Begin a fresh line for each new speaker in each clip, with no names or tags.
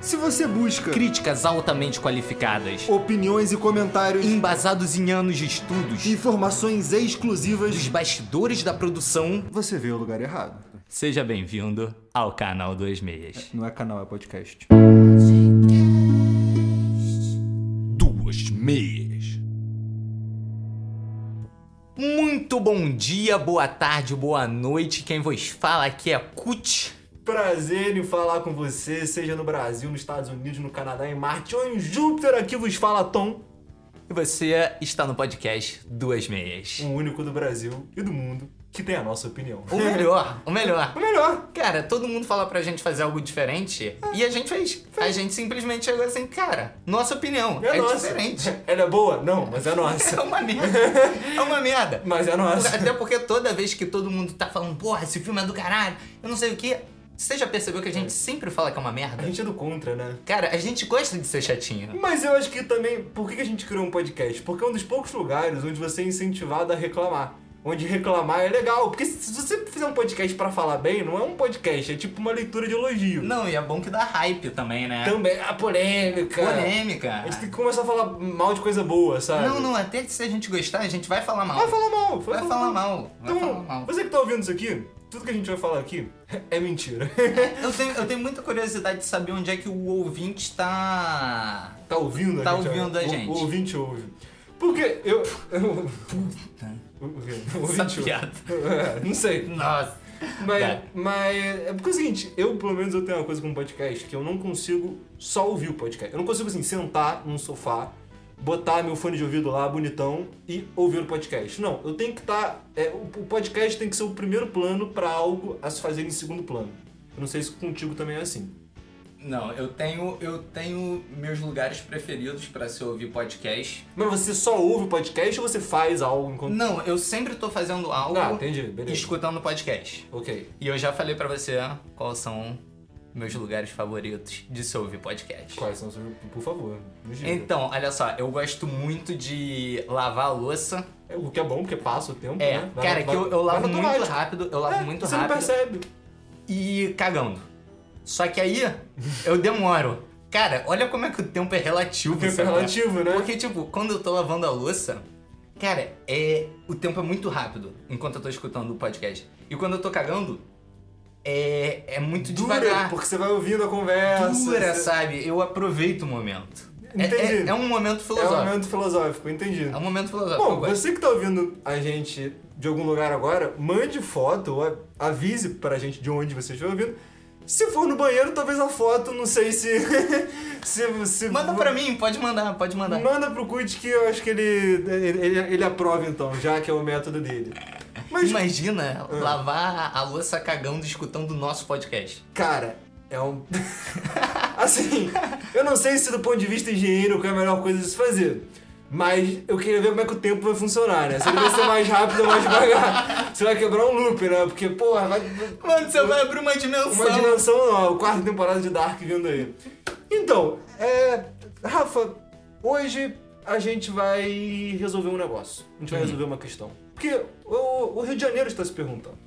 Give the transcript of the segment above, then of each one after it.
Se você busca
Críticas altamente qualificadas,
opiniões e comentários,
embasados em anos de estudos,
informações exclusivas,
dos bastidores da produção.
você vê o lugar errado.
Seja bem-vindo ao canal 2 Meias.
Não é canal, é podcast.
Duas Meias. Muito bom dia, boa tarde, boa noite. Quem vos fala aqui é Kut.
Prazer em falar com você, seja no Brasil, nos Estados Unidos, no Canadá, em Marte ou em Júpiter, aqui vos fala Tom,
E você está no podcast Duas Meias.
o único do Brasil e do mundo que tem a nossa opinião.
O melhor, o melhor.
O melhor!
Cara, todo mundo fala pra gente fazer algo diferente e a gente fez. A gente simplesmente chegou assim, cara, nossa opinião
É,
é,
nossa.
diferente.
Ela é boa? Não, mas é nossa.
É uma merda. É uma merda.
Mas é nossa.
Até porque toda vez que todo mundo tá falando, porra, esse filme é do caralho, eu não sei o que, você já percebeu que a gente sempre fala que é uma
A
merda?
gente é do contra, né?
Cara, a gente gosta de ser chatinho.
Mas eu acho que também, por que que a gente criou um podcast? Porque é um dos poucos lugares onde você é incentivado a reclamar. Onde reclamar é legal, porque se se você fizer um podcast pra falar bem, não é um podcast, é tipo uma leitura de elogio.
Não, e é bom que dá hype também, né? É.
Também, a polêmica.
Polêmica.
A gente tem que começar a falar mal de coisa boa, sabe?
Não, não, até se a gente gostar, a gente vai falar mal.
Vai falar mal,
Vai falar mal. Vai
Então,
falar mal.
você que tá ouvindo isso aqui, tudo que a gente vai falar aqui é mentira.
Eu tenho, eu tenho muita curiosidade de saber onde é que o ouvinte tá.
tá ouvindo
Tá
a gente?
ouvindo a
O-
gente.
O, ouvinte ouve. Porque eu. eu o, o quê? O
Essa
ouvinte ouve.
piada.
É, não sei.
Nossa.
Mas,
Tá.
mas é porque é o seguinte, eu pelo menos eu tenho uma coisa com podcast que eu não consigo só ouvir o podcast. Eu não consigo assim sentar num sofá, botar meu fone de ouvido lá bonitão e ouvir o podcast. Não, eu tenho que estar, o, o podcast tem que ser o primeiro plano pra algo a se fazer em segundo plano. Eu não sei se contigo também é assim.
Não, eu tenho, eu tenho meus lugares preferidos pra se ouvir podcast.
Mas você só ouve o podcast ou você faz algo enquanto
Não, eu sempre tô fazendo algo
Ah, entendi, beleza.
escutando podcast.
OK.
E eu já falei pra você quais são meus lugares favoritos de se ouvir podcast.
Quais são os por favor? nos diga.
Então, olha só, eu gosto muito de lavar a louça.
É, o que é bom porque passa o tempo,
É,
né? Vai-
cara, que
vai-
eu, eu
vai
lavo muito
automático.
rápido, eu lavo
É,
muito
você
rápido.
não percebe.
e cagando. Só que aí eu demoro. Cara, olha como é que o tempo é relativo.
O tempo é
sabe?
relativo, né?
Porque, tipo, quando eu tô lavando a louça, cara, é. O tempo é muito rápido enquanto eu tô escutando o podcast. E quando eu tô cagando, é. é muito
Dura,
devagar.
porque você vai ouvindo a conversa.
Dura, é
você- é
sabe? Eu aproveito o momento. É,
Entendi.
é, é um momento
É um
filosófico.
momento filosófico, entendi.
É um momento filosófico. eu
Bom,
gosto.
você que tá ouvindo a gente de algum lugar agora, mande foto, ou a- avise pra gente de onde você estiver ouvindo. Se for no banheiro, talvez a foto, não sei se. se, se
Manda pra mim, pode mandar, pode mandar.
Manda pro Kut que eu acho que ele, ele, ele, ele aprova então, já que é o método dele. Mas, Ah.
Imagina lavar a louça cagando escutando o nosso podcast.
cara, é um. assim, eu não sei se do ponto de vista engenheiro que é a melhor coisa de se fazer. Mas eu queria ver como é que o tempo vai funcionar, né? Se ele vai ser mais rápido ou mais devagar. Você vai quebrar um loop, né? Porque, porra, vai.
Mano, você vai abrir uma dimensão.
Uma dimensão, ó, quarta temporada de Dark vindo aí. Então, é. Rafa, hoje a gente vai resolver um negócio. A gente vai resolver uma questão. Porque o, o Rio de Janeiro está se perguntando.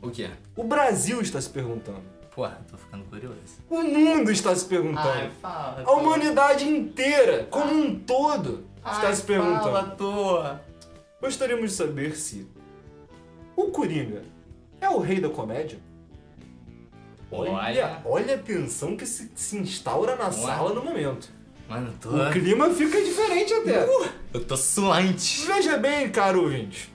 O quê?
O Brasil está se perguntando.
Porra, tô ficando curioso.
O mundo está se
Ai,
perguntando.
fala.
a humanidade inteira, como um todo, está tá se perguntando.
Fala, tô.
Gostaríamos de saber se o Coringa é o rei da comédia?
Olha.
olha a tensão que se, se instaura na sala no momento.
Mano, tô.
O clima fica diferente até.
Eu tô suante.
Veja bem, caro ouvinte.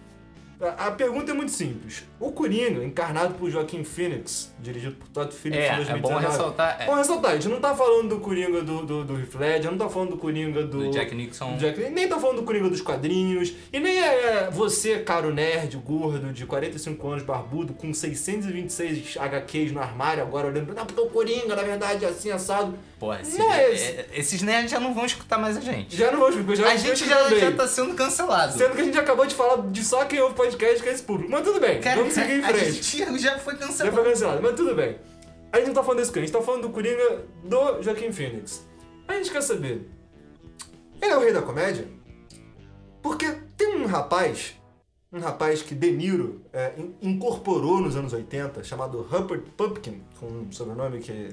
A, a pergunta é muito simples. O Coringa, encarnado por Joaquim Phoenix, dirigido por Todd Phillips
É,
em
é
2019.
bom ressaltar. é,
Bom, ressaltar, a gente não tá falando do Coringa do, do, do Heath Ledger, não tá falando do Coringa do...
do Jack Nixon.
do Jack- nem tá falando do Coringa dos quadrinhos, e nem é você, caro nerd, gordo, de 45 anos, barbudo, com 626 HQs no armário, agora olhando pra... Não, porque o Coringa, na verdade, é assim, assado.
Porra, esses,
Não é esse.
é, esses nerds já não vão escutar mais a gente.
Já não vou explicar, já
a gente já,
expliquei.
já tá sendo cancelado.
Sendo que a gente acabou de falar de só quem ouve podcast que é esse público. Mas tudo bem,
Cara,
vamos seguir em
a
frente.
gente já foi
Já
cancelado.
foi cancelado, é assim, mas tudo bem. A gente não tá falando desse Coringa, a gente tá falando do Coringa do Joaquim Phoenix. A gente quer saber, ele é o rei da comédia? Porque tem um rapaz, um rapaz que De Niro é, in- incorporou nos anos 80, chamado Rupert Pupkin, com um sobrenome que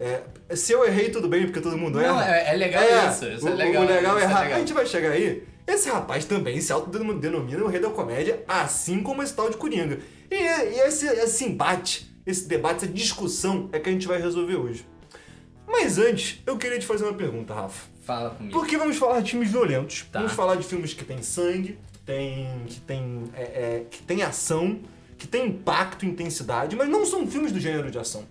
É, se eu errei, tudo bem, porque todo mundo
Não,
erra.
é- é legal isso, isso
o,
é legal,
O legal é
isso é
errar.
legal.
A gente vai chegar aí. Esse rapaz também se autodenomina o rei da comédia, assim como esse tal de Coringa. E, e esse, esse embate, esse debate, essa discussão é que a gente vai resolver hoje. Mas antes, eu queria te fazer uma pergunta, Rafa.
Fala comigo.
Porque vamos falar de filmes violentos.
Tá.
Vamos falar de filmes que tem sangue, que tem, que tem, é, é, que tem ação, que tem impacto, intensidade, mas não são filmes do gênero de ação.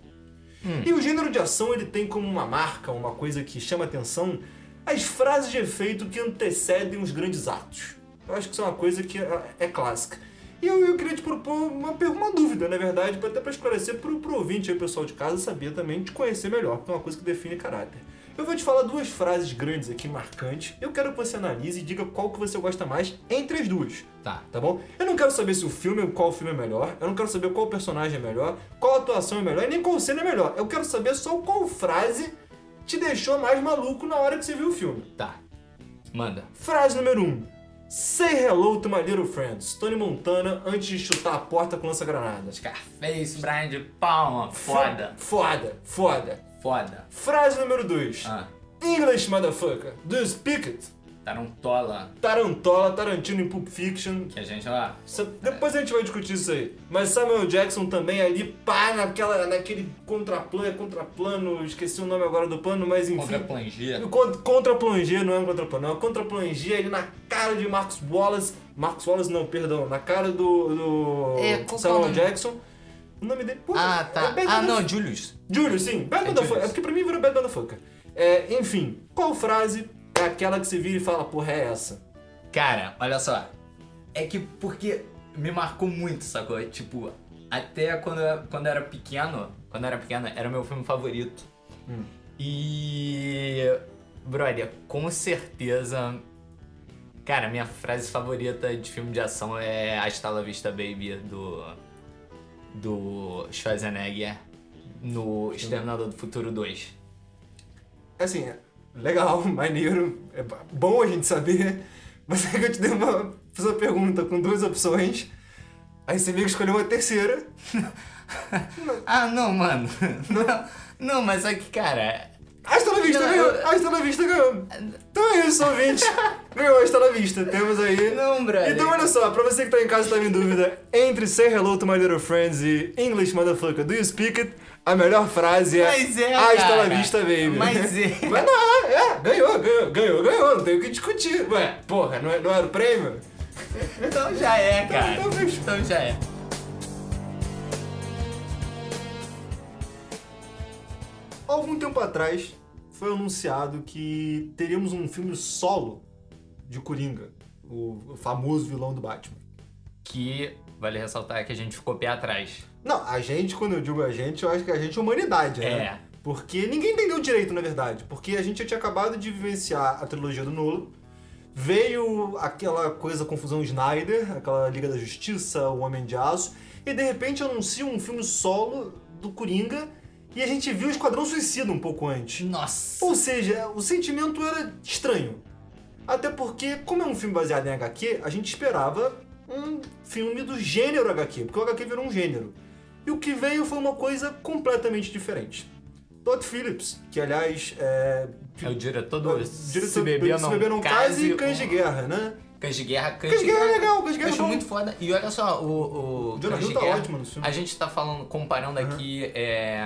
E o gênero de ação ele tem como uma marca, uma coisa que chama atenção, as frases de efeito que antecedem os grandes atos. Eu acho que isso é uma coisa que é, é clássica. E eu, eu queria te propor uma, per- uma dúvida, na verdade, pra- até para esclarecer pro, pro ouvinte aí, pessoal de casa, saber também, te conhecer melhor, porque é uma coisa que define caráter. Eu vou te falar duas frases grandes aqui, marcantes. Eu quero que você analise e diga qual que você gosta mais entre as duas
Tá.
tá bom? Eu não quero saber se o filme, qual filme é melhor, eu não quero saber qual personagem é melhor, qual atuação é melhor, e nem qual cena é melhor. Eu quero saber só qual frase te deixou mais maluco na hora que você viu o filme.
Tá. Manda.
Frase número 1. Um, Say hello to my little friends. Tony Montana antes de chutar a porta com lança-granada.
Scarface, Brian de Palma. Foda.
Foda, foda.
Foda.
Frase número 2.
Ah,
English motherfucker. Do you speak it?
Tá tarantola.
Tarantola, Tarantino em Pulp Fiction,
Que a gente, ó.
Sa- Depois a gente vai discutir isso aí. Mas Samuel Jackson também ali, pá, naquela, naquele contraplano, é contraplano, esqueci o nome agora do plano, mas enfim.
Contra plangia.
Con- Contraplongé, não é um contraplano, é um contraplongé ali na cara de Marcos Wallace. Marcos Wallace não, perdão, na cara do, do
É, qual- qual o
Samuel
nome?
Jackson. O nome dele... Puta,
Ah,
é
tá.
Bad
Ah,
Motherf-
não, Julius.
Júlio, sim, Bad
É
Motherfucker.
Julius.
É porque pra mim virou Bad Motherfucker. É, enfim, qual frase é aquela que você vira e fala, porra, é essa?
Cara, olha só. É que porque me marcou muito, sacou? Tipo, até quando eu, quando eu era pequeno, quando eu era pequena, era meu filme favorito. E. Brother, com certeza. Cara, minha frase favorita de filme de ação é Hasta la Vista Baby do. do Schwarzenegger no Exterminador do Futuro 2.
assim, é legal, maneiro, é ba- bom a gente saber, mas é que eu te dei uma, fiz uma pergunta com duas opções, aí você meio que escolheu uma terceira.
Ah, não, mano. Não, não mas é que, cara,
Hasta la Ah, vista
Não,
ganhou!
eu-
Hasta la vista ganhou! Então é isso, ouvinte! ganhou Hasta la vista, temos aí.
Não, brother.
Então olha só, pra você que tá em casa e tava em dúvida, entre Say Hello to My Little Friends e English Motherfucker Do You Speak It, a melhor frase é,
Mas é,
Hasta la
cara.
vista, baby.
Mas é.
Mas não, é, é, ganhou, ganhou, ganhou, ganhou, não tem o que discutir. Ué, porra, não, é- não era o prêmio?
Então já é, cara.
então fechou.
Então já é.
Algum tempo atrás foi anunciado que teríamos um filme solo de Coringa, o famoso vilão do Batman.
Que vale ressaltar que a gente ficou pé atrás.
Não, a gente, quando eu digo a gente, eu acho que a gente é humanidade, né?
É.
Porque ninguém entendeu direito, na verdade. Porque a gente tinha acabado de vivenciar a trilogia do Nolan. Veio aquela coisa, confusão Snyder, aquela Liga da Justiça, o Homem de Aço. E de repente anuncia um filme solo do Coringa. E a gente viu o Esquadrão Suicida um pouco antes.
Nossa.
Ou seja, o sentimento era estranho. Até porque, como é um filme baseado em HQ, a gente esperava um filme do gênero HQ, porque o HQ virou um gênero. E o que veio foi uma coisa completamente diferente. Todd Phillips, que aliás é.
É o diretor do
diretor
Se Beber Não,
Se Beber Não Case e Cães de
um-
Guerra, né?
Cães de Guerra. Cães,
Cães de Guerra é legal, Cães de
Eu
Guerra é
acho
bom.
muito foda. E olha só, o... o
Jonah
Cães de
Hill tá
Guerra,
ótimo no filme.
A gente tá falando, comparando aqui, é...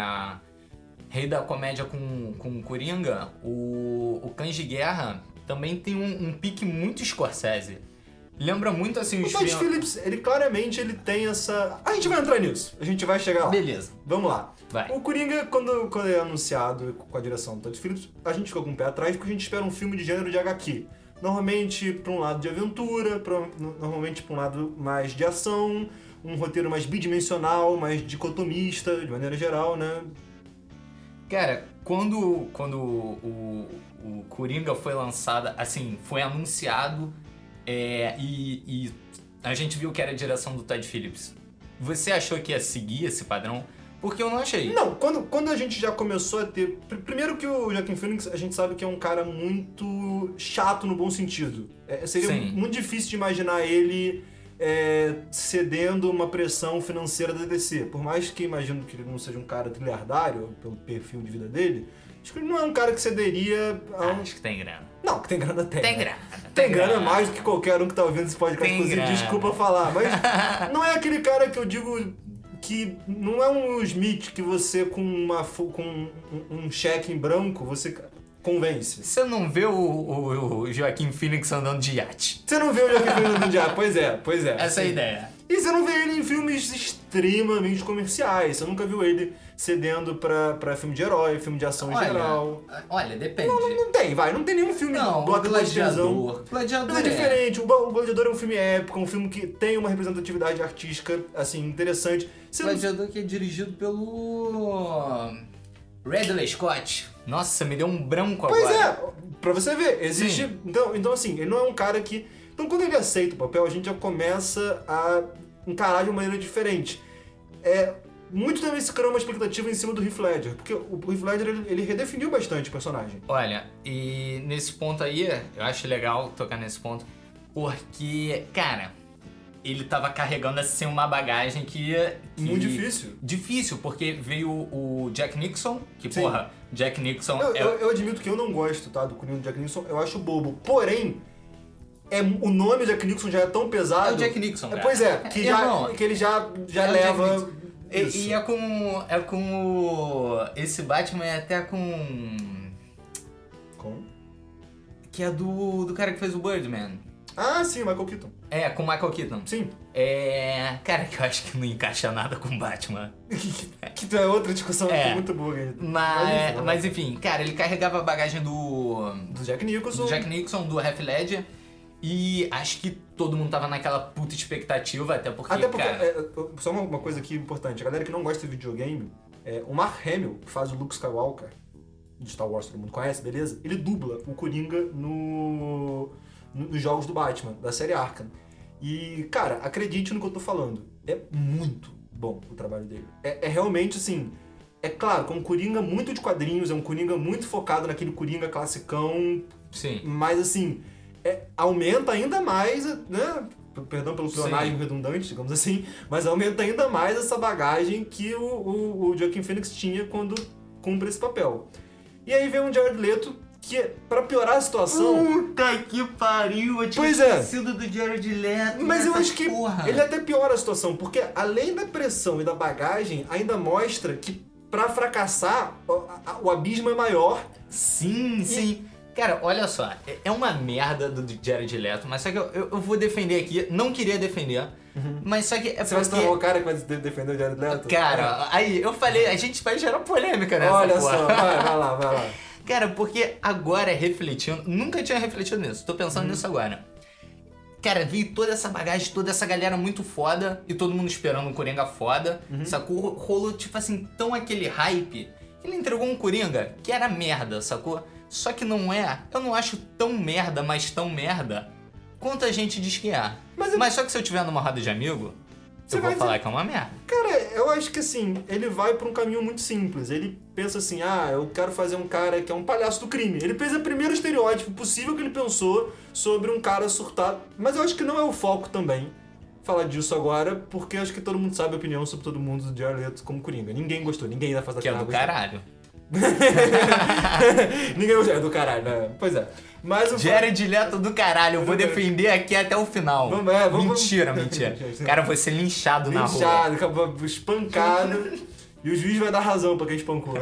Rei da Comédia com, com Coringa. O, o Cães de Guerra também tem um, um pique muito Scorsese. Lembra muito, assim,
O
os
Todd
filmes...
Phillips, ele claramente ele tem essa. A gente vai entrar nisso, a gente vai chegar lá.
Beleza,
Vamos lá.
vai.
O Coringa, quando, quando é anunciado com a direção do Todd Phillips, a gente ficou com o pé atrás porque a gente espera um filme de gênero de HQ. Normalmente pra um lado de aventura, pra, no- normalmente pra um lado mais de ação, um roteiro mais bidimensional, mais dicotomista, de maneira geral, né?
Cara, quando, quando o, o Coringa foi lançado, assim, foi anunciado é, e, e a gente viu que era a direção do Todd Phillips, você achou que ia seguir esse padrão? Porque eu não achei.
Não, quando, quando a gente já começou a ter. pr- Primeiro que o Joaquim Phoenix, a gente sabe que é um cara muito chato no bom sentido. É, seria
Sim.
muito difícil de imaginar ele é, cedendo uma pressão financeira da DC. Por mais que imagino que ele não seja um cara trilhardário, pelo perfil de vida dele, acho que ele não é um cara que cederia a um.
Acho que tem grana.
Não, que tem grana tem.
Ah. Tem
né?
grana.
Tem grana mais do que qualquer um que tá ouvindo esse podcast,
Tem
inclusive,
grana.
desculpa falar, mas não é aquele cara que eu digo que não é um Will Smith que você com uma fo- com um, um cheque em branco, você convence.
Você não vê o, o- o Joaquim Phoenix andando de iate.
Você não vê é o Jack Fernando do Diabo, pois é, pois é.
Essa é a ideia.
E você não vê ele em filmes extremamente comerciais, você nunca viu ele cedendo pra, pra filme de herói, filme de ação em geral.
olha, depende.
Não tem, vai, não tem nenhum filme
Não, o
blockbuster de tesão.
gladiador. Gladiador
Mas é
é-
diferente, o Ba- o Gladiador é um filme épico, um filme que tem uma representatividade artística, assim, interessante. Você não-
Gladiador que é dirigido pelo. Redley Scott. Nossa, me deu um branco
Pois
agora.
é, pra você ver, existe... Então, então, assim, ele não é um cara que... Então, quando ele aceita o papel, a gente já começa a encarar de uma maneira diferente. É... Muito também se criou uma expectativa em cima do Heath Ledger, porque o o Heath Ledger, ele, ele redefiniu bastante o personagem.
Olha, e nesse ponto aí, eu acho legal tocar nesse ponto, porque, cara, ele tava carregando assim uma bagagem que. que-
Muito difícil.
Difícil, porque veio o Jack Nixon, que
Sim.
porra, Jack Nixon
Eu,
é.
eu- eu admito que eu não gosto, tá, do Coringa do Jack Nicholson, eu acho bobo. Porém, é, o nome Jack Nicholson já é tão pesado...
É o Jack Nixon, cara.
Pois é, que, já,
Irmão,
que ele já, já
é o Jack
leva.
Nixon.
isso.
E, e é com. É com. o- Esse Batman é até com.
Com?
Que é do. do cara que fez o Birdman.
Ah, sim, Michael Keaton.
É, com o Michael Keaton.
Sim.
É. Cara, que eu acho que não encaixa nada com Batman.
Keaton é outra discussão
É.
muito boa, cara. Mas é.
Mas,
enfim, né?
mas enfim, cara, ele carregava a bagagem do,
Do Jack Nicholson.
do Jack Nixon, do Half Ledger. E acho que todo mundo tava naquela puta expectativa, até porque,
Até porque,
cara.
é, é, só uma, uma coisa aqui importante, a galera que não gosta de videogame, é, o Mark Hamill, que faz o Luke Skywalker, de Star Wars todo mundo conhece, beleza? Ele dubla o Coringa no, no- nos jogos do Batman, da série Arkham. E, cara, acredite no que eu tô falando, é muito bom o trabalho dele. É, é realmente, assim, é claro, que é um Coringa muito de quadrinhos, é um Coringa muito focado naquele Coringa classicão,
Sim.
mas assim, é, aumenta ainda mais, né? p- Perdão pelo pleonasmo redundante, digamos assim, mas aumenta ainda mais essa bagagem que o, o, o Joaquim Phoenix tinha quando cumpre esse papel. E aí vem um Jared Leto que, é, pra piorar a
Hum,
situação,
Puta que pariu, eu
Pois é.
do Jared Leto.
mas eu
nessa
acho que
porra.
ele até piora a situação, porque além da pressão e da bagagem, ainda mostra que pra fracassar, o, a- o abismo é maior.
Sim, sim. Cara, olha só, é- é uma merda do do Jared Leto, mas só que eu, eu- eu vou defender aqui, não queria defender, mas só que é
Você vai se
porque...
tornar o cara que vai de- defender o Jared
um
Leto?
Cara, aí, eu falei, a gente vai gerar polêmica nessa
olha
porra.
só, vai, vai lá, vai lá.
Cara, porque agora é refletindo, nunca tinha refletido nisso, tô
Uhum.
pensando nisso agora. Cara, vi toda essa bagagem, toda essa galera muito foda e todo mundo esperando um Coringa foda,
Uhum.
sacou? Ro- Rolou, tipo assim, tão aquele hype que ele entregou um Coringa que era merda, sacou? Só que não é, eu não acho tão merda, mas tão merda quanto a gente diz que é.
Mas
Mas,
eu-
só que se eu tiver numa roda de amigo,
Você
eu vou
vai
falar que é uma merda.
Cara, eu acho que assim, ele vai pra um caminho muito simples. Ele pensa assim, ah, eu quero fazer um cara que é um palhaço do crime. Ele pensa o primeiro estereótipo possível que ele pensou sobre um cara surtado. Mas eu acho que não é o foco também falar disso agora, porque eu acho que todo mundo sabe a opinião sobre todo mundo do Jared Leto como Coringa. Ninguém gostou, ninguém da fase da
Que é
Terra
do
gostou.
caralho.
ninguém gostou, é do caralho, né? Pois é. Mas o
Jared Leto do caralho, eu vou defender aqui até o final.
Vamos, é, vamos-
mentira,
vamos-
mentira. Cara, eu vou ser linchado, na rua.
é inchado, acabou espancado. e o juiz vai dar razão pra quem espancou.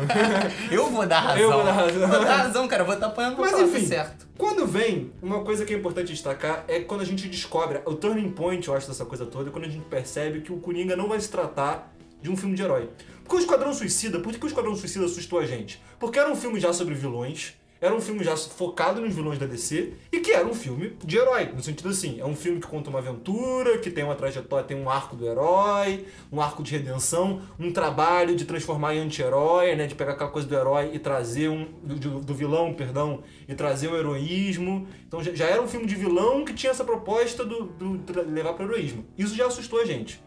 Eu vou dar razão.
Eu vou dar razão.
Vou dar razão, cara. Eu vou estar apanhando pra
Mas
falar que é
enfim,
certo.
quando vem, uma coisa que é importante destacar é quando a gente descobre, o turning point, eu acho, dessa coisa toda, é quando a gente percebe que o Coringa não vai se tratar de um filme de herói. Porque o Esquadrão Suicida, por que o Esquadrão Suicida assustou a gente? Porque era um filme já sobre vilões, era um filme já focado nos vilões da DC, e que era um filme de herói, no sentido assim, é um filme que conta uma aventura, que tem uma trajetória, tem um arco do herói, um arco de redenção, um trabalho de transformar em anti-herói, né, de pegar aquela coisa do herói e trazer um, do, do vilão, perdão, e trazer o heroísmo. Então já, já era um filme de vilão que tinha essa proposta do, do tra- levar pro heroísmo. Isso já assustou a gente,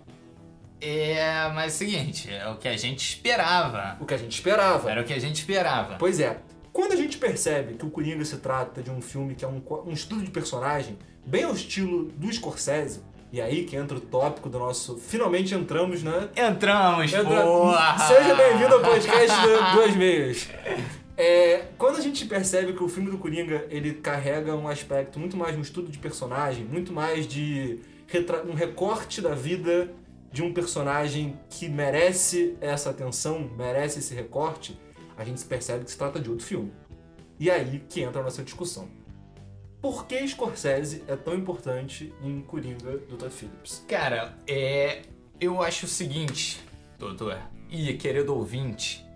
É, mas é o seguinte, é o que a gente esperava.
o que a gente esperava.
Era o que a gente esperava.
Pois é. Quando a gente percebe que o Coringa se trata de um filme que é um, co- um estudo de personagem, bem ao estilo do Scorsese, E aí que entra o tópico do nosso. Finalmente entramos, né?
Entramos,
Entra-
porra!
Seja bem-vindo ao podcast do Duas Meias. É, quando a gente percebe que o filme do Coringa ele carrega um aspecto muito mais de um estudo de personagem, muito mais de retra- um recorte da vida de um personagem que merece essa atenção, merece esse recorte, a gente percebe que se trata de outro filme. E aí que entra a nossa discussão. Por que Scorsese é tão importante em Coringa do Todd Phillips?
Cara, é, eu acho o seguinte, doutor e querido ouvinte,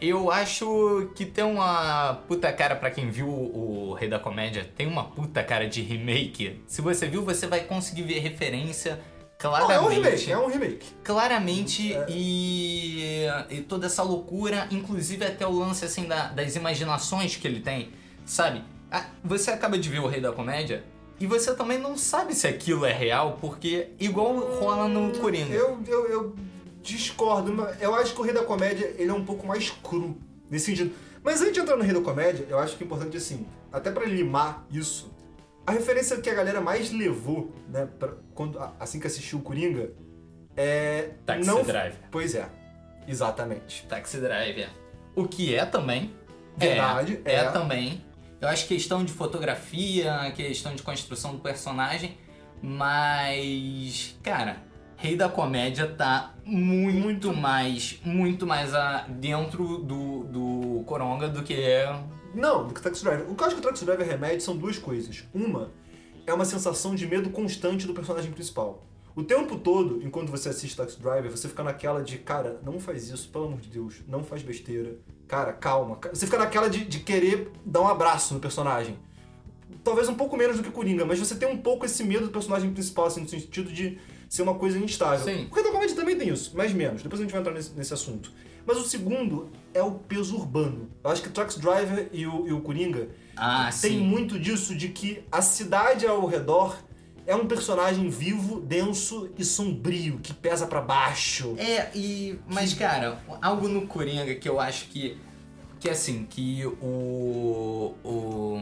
eu acho que tem uma puta cara pra quem viu o Rei da Comédia, tem uma puta cara de remake. Se você viu, você vai conseguir ver referência
Não, é um
claramente,
remake, é um remake.
claramente
É.
e, e toda essa loucura, inclusive até o lance assim da- das imaginações que ele tem, sabe? Ah, Você acaba de ver o Rei da Comédia e você também não sabe se aquilo é real, porque igual rola no Coringa.
Eu, eu, eu discordo. mas Eu acho que o Rei da Comédia ele é um pouco mais cru nesse sentido. Mas antes de entrar no Rei da Comédia, eu acho que é importante, assim, até pra limar isso, a referência que a galera mais levou, né, pra- quando, a- assim que assistiu o Coringa, é.
Taxi
não,
Driver.
Pois é, exatamente.
Taxi Driver. O que é também.
Verdade,
É, é.
é.
também. Eu acho é questão de fotografia, questão de construção do personagem, mas. Cara, Rei da Comédia tá muito, mais. Muito mais a, dentro do, do Coronga do que é.
Não, do que Taxi Driver. O que eu acho que o Taxi Driver remete são duas coisas. Uma é uma sensação de medo constante do personagem principal. O tempo todo, enquanto você assiste Taxi Driver, você fica naquela de, cara, não faz isso, pelo amor de Deus, não faz besteira. Cara, calma. Você fica naquela de, de querer dar um abraço no personagem. Talvez um pouco menos do que Coringa, mas você tem um pouco esse medo do personagem principal, assim, no sentido de ser uma coisa instável.
Sim.
O Rei da Comédia também tem isso, mas menos. Depois a gente vai entrar nesse, nesse assunto. Mas o segundo é o peso urbano. Eu acho que Taxi Driver e o, e o Coringa
Ah,
tem
sim.
muito disso de que a cidade ao redor é um personagem vivo, denso e sombrio, que pesa pra baixo.
É, e. Mas, cara, algo no Coringa que eu acho que. Que assim, que o. O.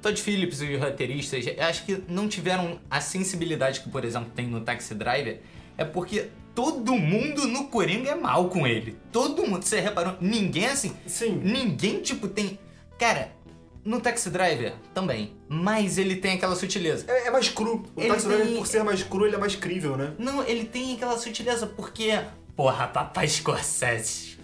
Todd Phillips e os roteiristas, eu acho que não tiveram a sensibilidade que, por exemplo, tem no Taxi Driver, é porque todo mundo no Coringa é mal com ele. Todo mundo. Você reparou? Ninguém assim.
Sim.
Ninguém, tipo, tem. Cara, no Taxi Driver também. Mas ele tem aquela sutileza.
É, é mais cru. O
Ele
Taxi Driver,
tem-
por ser mais cru, ele é mais crível, né?
Não, ele tem aquela sutileza porque, porra, papai Scorsese.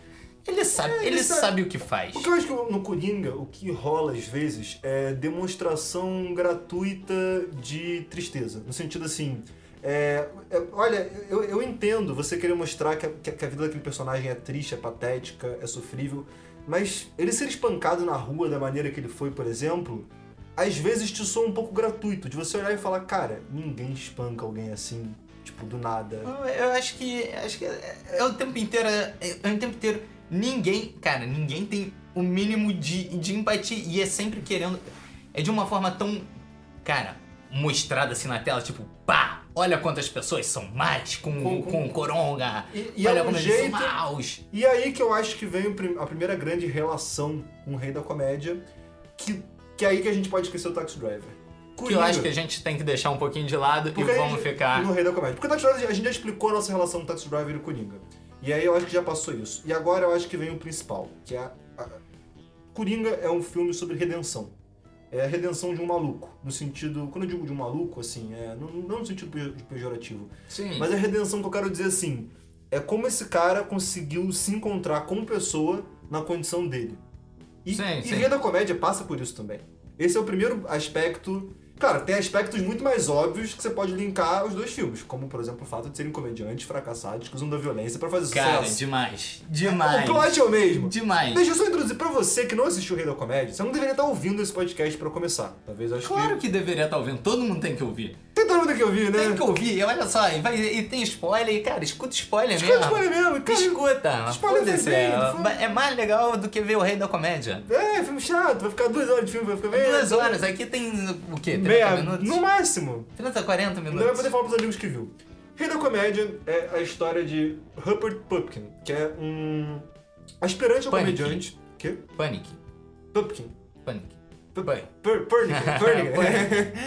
Ele sabe,
É, ele
ele
sabe.
sabe. o que faz.
Porque eu acho que no Coringa, o que rola às vezes é demonstração gratuita de tristeza. No sentido assim. é, é, olha, eu, eu entendo você querer mostrar que a, que a- que a vida daquele personagem é triste, é patética, é sofrível, mas ele ser espancado na rua da maneira que ele foi, por exemplo, às vezes te soa um pouco gratuito, de você olhar e falar, cara, ninguém espanca alguém assim, tipo, do nada.
Eu acho que acho que é, é o tempo inteiro, é, é o tempo inteiro ninguém, cara, ninguém tem o mínimo de, de empatia e é sempre querendo é de uma forma tão, cara, mostrada assim na tela, tipo, pá, olha quantas pessoas são más com
Com-
com,
com-
o coronga.
E, e
olha
é um
como eles são
jeito
maus.
E aí que eu acho que vem o prim- a primeira grande relação com o rei da comédia, que, que é aí que a gente pode esquecer o Taxi Driver.
Que eu acho que a gente tem que deixar um pouquinho de lado
Porque
e
a
vamos
gente-
ficar
No rei da comédia. Porque o Taxi Driver, a gente já explicou a nossa relação com o Taxi Driver e o Coringa. E aí eu acho que já passou isso. E agora eu acho que vem o principal, que é... A, a- Coringa é um filme sobre redenção. É a redenção de um maluco. No sentido... Quando eu digo de um maluco, assim, é, não, não no sentido pejo- pejorativo.
Sim.
Mas a redenção que eu quero dizer assim é como esse cara conseguiu se encontrar como pessoa na condição dele. E,
Sim,
e
sim.
Rei da Comédia passa por isso também. Esse é o primeiro aspecto. Claro, tem aspectos muito mais óbvios que você pode linkar os dois filmes, como por exemplo o fato de serem comediantes fracassados que usam da violência pra fazer
Cara,
sucesso.
demais.
O plot é o mesmo.
Demais.
Deixa eu só introduzir pra você que não assistiu o Rei da Comédia, você não deveria estar ouvindo esse podcast pra começar. Talvez eu acho
Claro que deveria estar ouvindo, todo mundo tem que ouvir.
que. Tem todo mundo que ouvir, né?
Tem que ouvir, e olha só, e, vai- e tem spoiler, e cara, escuta spoiler
Escuta
mesmo.
spoiler mesmo, cara.
Escuta,
Spoiler faz
foda-se,
bem,
é-
foda-se.
é mais legal do que ver o Rei da Comédia.
É, filme chato, vai ficar duas horas de filme, vai ficar meio.
Duas horas, aqui tem o quê?
É, então-
30
Meia,
minutos?
no máximo.
30, 40
Não vai
minutos.
poder falar pros amigos que viu. Rei da Comédia é a história de Rupert Pupkin, que é um aspirante ao
Panic.
comediante. Que?
Panic.
Pupkin.
Panic.
Pup-
Panic.
Pur- Purnick. Purnick.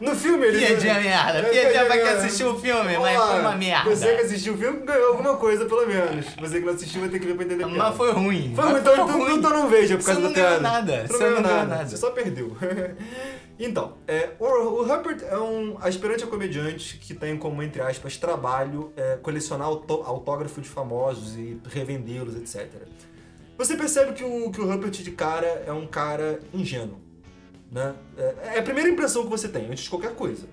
No filme ele.
Piadinha é
É,
merda. Piadinha pra quem assistiu o filme, mas
Olha,
foi uma merda.
Você que assistiu o filme ganhou alguma coisa, pelo menos. Você que não assistiu vai ter que ver pra entender a piada.
Mas foi ruim.
Foi,
mas
então,
foi
então,
ruim.
então não veja por
Você
causa
não
da
ganhou
piada.
nada,
Você
você
não
não
ganhou
ganhou
nada.
nada.
Você só perdeu. então, é, o, o Rupert é um aspirante a comediante que tem como, entre aspas, trabalho é, colecionar auto- autógrafo de famosos e revendê-los, etc. Você percebe que o, que o Rupert de cara é um cara ingênuo. Né? É, é a primeira impressão que você tem, antes de qualquer coisa.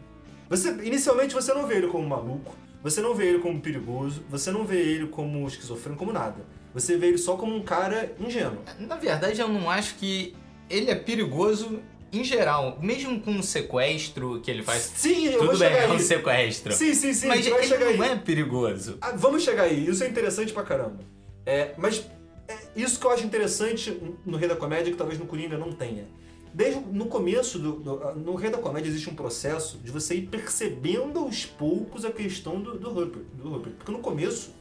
Você, inicialmente você não vê ele como maluco, você não vê ele como perigoso, você não vê ele como esquizofrênico, como nada. Você vê ele só como um cara ingênuo.
Na verdade, eu não acho que ele é perigoso em geral. Mesmo com o sequestro que ele faz.
Sim, eu vou
Tudo bem,
chegar
é um
aí.
sequestro.
Sim, sim, sim,
mas
tu vai
ele
chegar
não
aí.
é perigoso.
Ah, vamos chegar aí, isso é interessante pra caramba. É, mas é isso que eu acho interessante no Rei da Comédia, que talvez no Coringa não tenha. Desde no começo, do, do- no Rei da Comédia existe um processo de você ir percebendo aos poucos a questão do, do, Rupert, do Rupert. Porque no começo,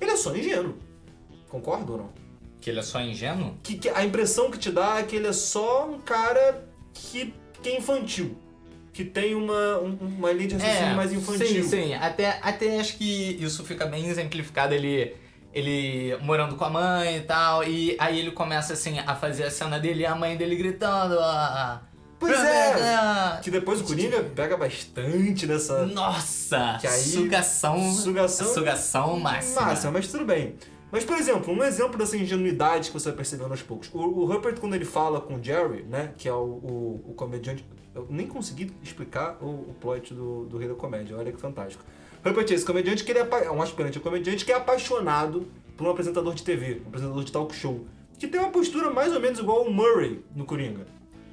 ele é só ingênuo. Concorda ou não?
Que ele é só ingênuo?
que, que a impressão que te dá é que ele é só um cara que, que é infantil. Que tem uma, um- uma linha de raciocínio mais infantil.
É. Sim, sim. Até, até acho que isso fica bem exemplificado ele, ele morando com a mãe e tal. E aí ele começa assim a fazer a cena dele e a mãe dele gritando. ah,
Pois é!
ah,
Que depois o Coringa pega bastante
ah.
nessa
Nossa!
Que aí-
sugação.
sugação
Sugação máxima.
massa, mas tudo bem. Mas, por exemplo, um exemplo dessa ingenuidade que você vai percebendo aos poucos. O, o Rupert, quando ele fala com o Jerry, né, que é o, o, o comediante... Eu nem consegui explicar o, o plot do, do Rei da Comédia, olha que fantástico. Rupert é esse comediante que ele é, apa- é um aspirante a comediante que é apaixonado por um apresentador de TV, um apresentador de talk show, que tem uma postura mais ou menos igual ao Murray no Coringa.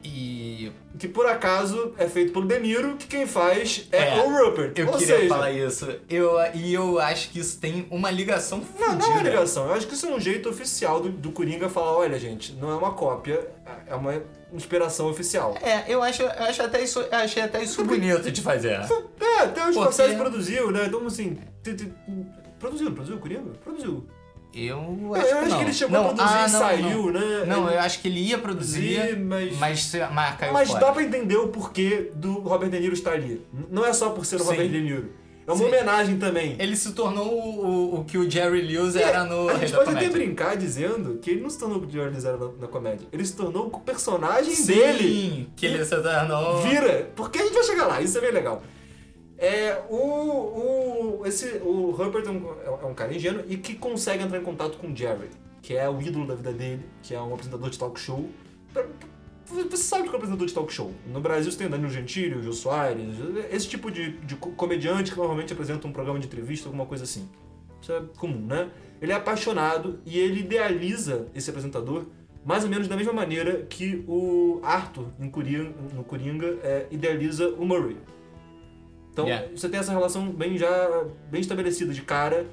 E
Que por acaso é feito pelo Demiro, que quem faz é,
É,
o Rupert.
eu
ou
queria
seja,
falar isso. Eu, e eu acho que isso tem uma ligação fodida.
Não, não é uma ligação. Eu acho que isso é um jeito oficial do, do Coringa falar, olha, gente, não é uma cópia, é uma inspiração oficial.
É, eu acho, eu acho até isso, eu achei até isso bonito de fazer.
É, até o Scorsese
Porque-
produziu, né? Então, assim... te- te- Produziu, não produziu o Coringa? Produziu.
Eu acho,
Eu, eu acho
não.
que ele chegou
Não,
a produzir
ah,
e
não,
saiu, né?
Não, não
ele
eu acho que ele ia produzir,
mas...
mas se a marca
Mas
fora.
dá pra entender o porquê do Robert De Niro estar ali. N- Não é só por ser o
Sim.
Robert De Niro. É uma
Sim.
homenagem também.
Ele se tornou o, o- o que o Jerry Lewis era no
A
Rei
gente
da
pode
Comédia.
até brincar dizendo que ele não se tornou o Jordan Zero na, na comédia. Ele se tornou o personagem
Sim,
dele.
que ele se tornou...
Vira! Porque a gente vai chegar lá, isso é bem legal. É, o, o, esse, o Rupert é um, é um cara ingênuo e que consegue entrar em contato com o Jerry, que é o ídolo da vida dele, que é um apresentador de talk show. Pra- Você sabe que é um apresentador de talk show. No Brasil você tem o Danilo Gentili, o Jô Soares, esse tipo de, de co- comediante que normalmente apresenta um programa de entrevista, alguma coisa assim. Isso é comum, né? Ele é apaixonado e ele idealiza esse apresentador mais ou menos da mesma maneira que o Arthur em Coringa, no Coringa é, idealiza o Murray. Então
Yeah.
você tem essa relação bem já bem estabelecida de cara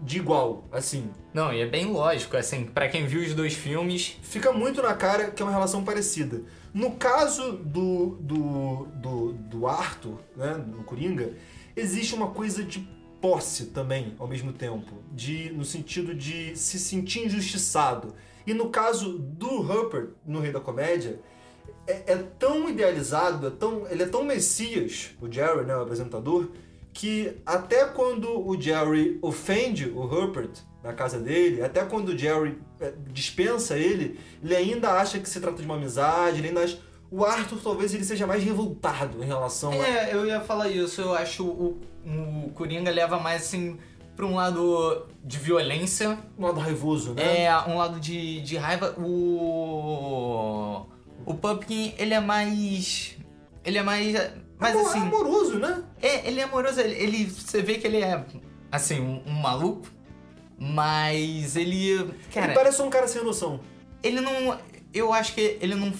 de igual, assim.
Não, e é bem lógico, assim, pra quem viu os dois filmes...
Fica muito na cara que é uma relação parecida. No caso do do, do, do Arthur, né, no Coringa, existe uma coisa de posse também ao mesmo tempo, de no sentido de se sentir injustiçado. E no caso do Rupert no Rei da Comédia, é, é tão idealizado, é tão, ele é tão messias, o Jerry, né, o apresentador, que até quando o Jerry ofende o Rupert na casa dele, até quando o Jerry é, dispensa ele, ele ainda acha que se trata de uma amizade, ele ainda acha... O Arthur talvez ele seja mais revoltado em relação a...
É, eu ia falar isso, eu acho o, o Coringa leva mais, assim, pra um lado de violência...
um lado raivoso, né?
É, um lado de, de raiva. O. O Pumpkin, ele é mais. Ele é mais. Mas
Amor-
assim.
Amoroso, né?
É, ele é amoroso. Ele, ele- Você vê que ele é. Assim, um, um maluco. Mas ele.
ele
Cara,
parece só um cara sem noção.
ele não. Eu acho que ele não.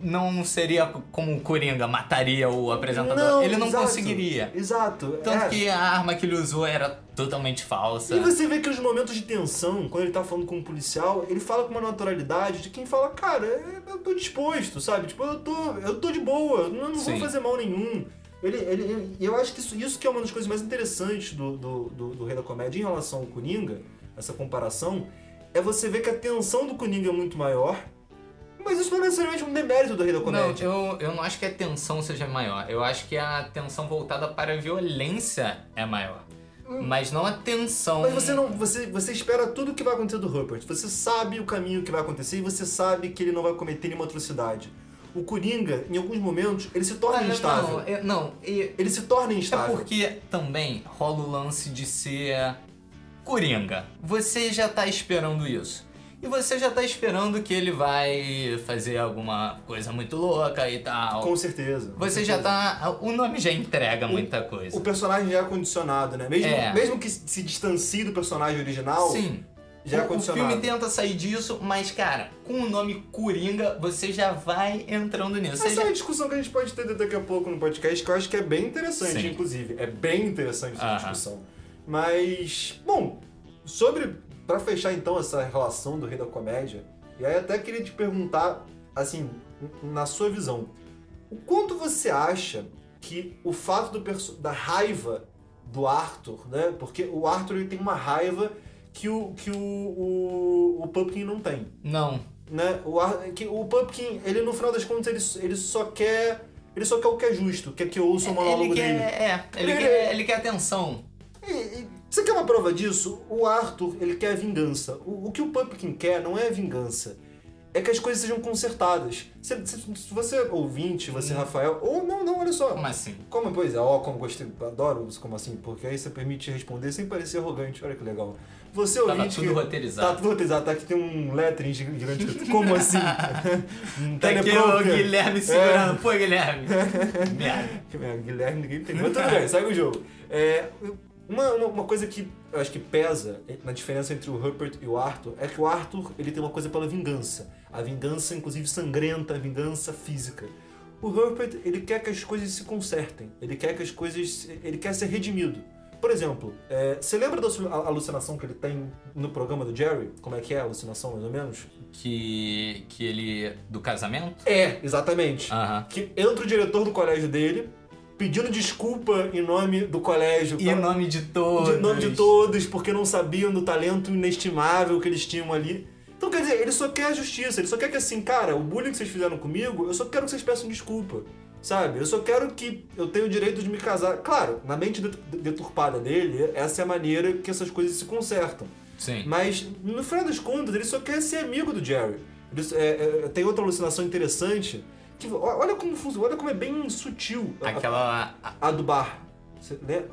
Não seria como o Coringa mataria o apresentador. ele não
exato,
conseguiria.
Exato.
Tanto
é.
que a arma que ele usou era totalmente falsa.
E você vê que os momentos de tensão, quando ele tá falando com um policial, ele fala com uma naturalidade de quem fala, cara, é, eu tô disposto, sabe? Tipo, eu tô, eu tô de boa, eu não, não vou
Sim.
fazer mal nenhum. Ele, ele, ele- e eu acho que isso, isso que é uma das coisas mais interessantes do, do, do, do Rei da Comédia em relação ao Coringa, essa comparação, é você ver que a tensão do Coringa é muito maior, mas Mas isso não é necessariamente um demérito do rei da
Não,
comédia.
eu, eu não acho que a tensão seja maior. Eu acho que a tensão voltada para a violência é maior. Mas não a tensão.
Mas você não. Você, você espera tudo o que vai acontecer do Rupert. Você sabe o caminho que vai acontecer e você sabe que ele não vai cometer nenhuma atrocidade. O Coringa, em alguns momentos, ele se torna
Ah, não,
instável.
Não, é- não, e-
Ele se torna
é
instável.
porque também rola o lance de ser coringa. Você já tá esperando isso. E você já tá esperando que ele vai fazer alguma coisa muito louca e tal.
Com certeza. com
Você já
certeza.
tá. O nome já entrega muita coisa.
O personagem já é condicionado, né? Mesmo,
É.
mesmo que se distancie do personagem original,
Sim.
já
O-
é
o,
condicionado.
filme tenta sair disso, mas, cara, com o nome Coringa, você já vai entrando nisso. Você
Essa é
já...
uma discussão que a gente pode ter daqui a pouco no podcast, que eu acho que é bem interessante,
Sim.
inclusive. É bem interessante essa
Aham.
discussão. Mas, bom, sobre. Pra fechar então essa relação do Rei da Comédia, e aí até queria te perguntar, assim, n- na sua visão, o quanto você acha que o fato do perso- da raiva do Arthur, né? Porque o Arthur ele tem uma raiva que o, que o, o, o Pumpkin não tem
Não.
né? O, Ar- que o Pumpkin, ele no final das contas, ele, ele só quer. Ele só quer o que é justo, quer que eu ouça o
Ele
monólogo
quer,
dele.
é, ele,
Ele-
quer, ele quer atenção.
E- e você quer uma prova disso? O Arthur, ele quer a vingança. O, o que o Pumpkin quer não é a vingança. É que as coisas sejam consertadas. Se, se- se você é ouvinte, você, Rafael, ou não, não, olha só.
Como assim?
Como, pois é, ó, como gostei, adoro isso, como assim, porque aí você permite responder sem parecer arrogante, olha que legal. Você
Tava
ouvinte.
Tá tudo
que-
roteirizado.
Tá tudo roteirizado, tá aqui tem um lettering gigante. Como assim? um
Tá aqui o
teleprompter. É.
Guilherme segurando. Pô, Guilherme. Merda.
Que merda, É, Guilherme, ninguém entendeu. Mas tudo bem, segue o jogo. É, uma, uma, uma coisa que eu acho que pesa é, na diferença entre o Rupert e o Arthur é que o Arthur ele tem uma coisa pela vingança. A vingança, inclusive, sangrenta, a vingança física. O Rupert, ele quer que as coisas se consertem. Ele quer que as coisas... Ele quer ser redimido. Por exemplo, é, você lembra da alu- alucinação que ele tem no programa do Jerry? Como é que é a alucinação, mais ou menos?
Que, que ele. do casamento?
É, exatamente.
Aham.
Que entra o diretor do colégio dele, pedindo desculpa em nome do colégio.
E o nome de todos.
de nome de todos, porque não sabiam do talento inestimável que eles tinham ali. Então, quer dizer, ele só quer a justiça, ele só quer que assim, cara, o bullying que vocês fizeram comigo, eu só quero que vocês peçam desculpa. Sabe? Eu só quero que eu tenha o direito de me casar. Claro, na mente det- deturpada dele, essa é a maneira que essas coisas se consertam.
Sim.
Mas, no final das contas, ele só quer ser amigo do Jerry. Ele- é, é, tem outra alucinação interessante. Que, o- olha como funciona, olha como é bem sutil a-
Aquela.
a, do bar. Você lembra?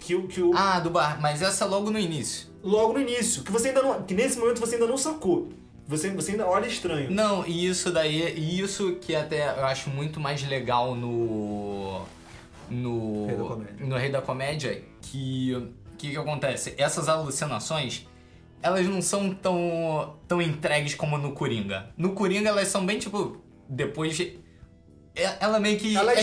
Que, o- que o,
Ah, do bar. Mas essa logo no início.
logo no início, que você ainda não. Que nesse momento você ainda não sacou. Você, você ainda olha estranho.
Não, e isso daí, e isso que até eu acho muito mais legal no no
Rei da Comédia.
no Rei da Comédia, que que que acontece? Essas alucinações, elas não são tão tão entregues como no Coringa. No Coringa elas são bem tipo depois de- é- ela meio que
Ela é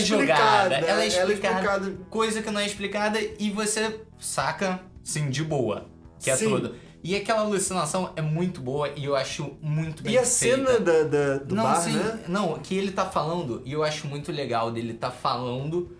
explicada,
jogada, ela é explicada,
explicada.
coisa que não é explicada e você saca, sim, de boa, que é
Sim.
tudo. E aquela alucinação é muito boa e eu acho muito bem
E a
feita.
cena da, da- do
não,
bar,
sim,
né?
Não, que ele tá falando, e eu acho muito legal dele tá falando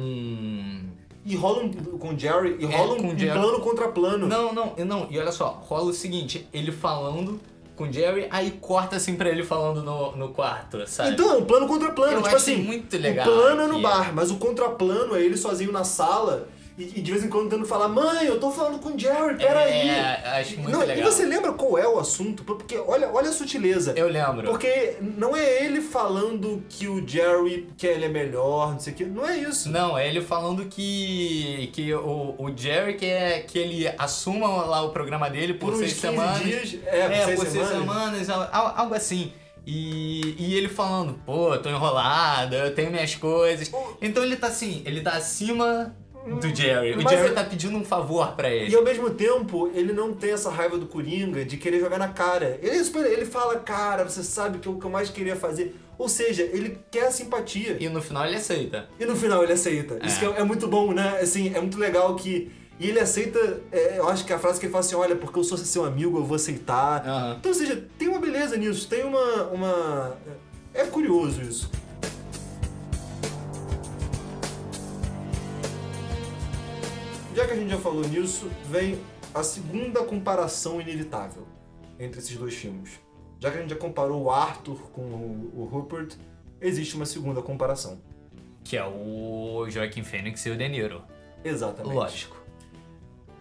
com.
E rola um, com o Jerry, e
É,
rola um,
com o
um
Jerry.
plano contra plano.
Não, não, e não, e olha só, rola o seguinte: ele falando com o Jerry, aí corta assim pra ele falando no, no quarto, sabe?
Então, é um plano contra plano.
Tá. Eu
tipo
achei
assim,
muito legal
o plano é no
que-
bar, mas o contraplano é ele sozinho na sala e, e de vez em quando tentando falar: Mãe, eu tô falando com o Jerry, peraí.
É, acho muito
não,
legal.
E você lembra qual é o assunto? Porque olha, olha a sutileza.
Eu lembro.
Porque não é ele falando que o Jerry, que ele é melhor, não sei o que. Não é isso.
Não, é ele falando que, que o, o Jerry quer que ele assuma lá o programa dele por,
Por uns
seis
15
semanas.
dias. É, por seis semanas.
al- al- algo assim. E, e ele falando, pô, tô enrolado, eu tenho minhas coisas. Então ele tá assim, ele tá acima do Jerry. O
Hum, Mas
Jerry
eu-
tá pedindo um favor pra ele.
E ao mesmo tempo, ele não tem essa raiva do Coringa de querer jogar na cara. Ele, é super- ele fala, cara, você sabe que é o que eu mais queria fazer. Ou seja, ele quer a simpatia.
E no final ele aceita.
E no final ele aceita. Isso que é, é muito bom, né? Assim, é muito legal que. E ele aceita, é, eu acho que a frase que ele fala assim: olha, porque eu sou seu amigo, eu vou aceitar.
Aham.
Então, ou seja, tem uma beleza nisso, tem uma. uma... É curioso isso. Já que a gente já falou nisso, vem a segunda comparação inevitável entre esses dois filmes. Já que a gente já comparou o Arthur com o, o Rupert, existe uma segunda comparação.
Que é o Joaquim Fênix e o De Niro.
Exatamente.
Lógico.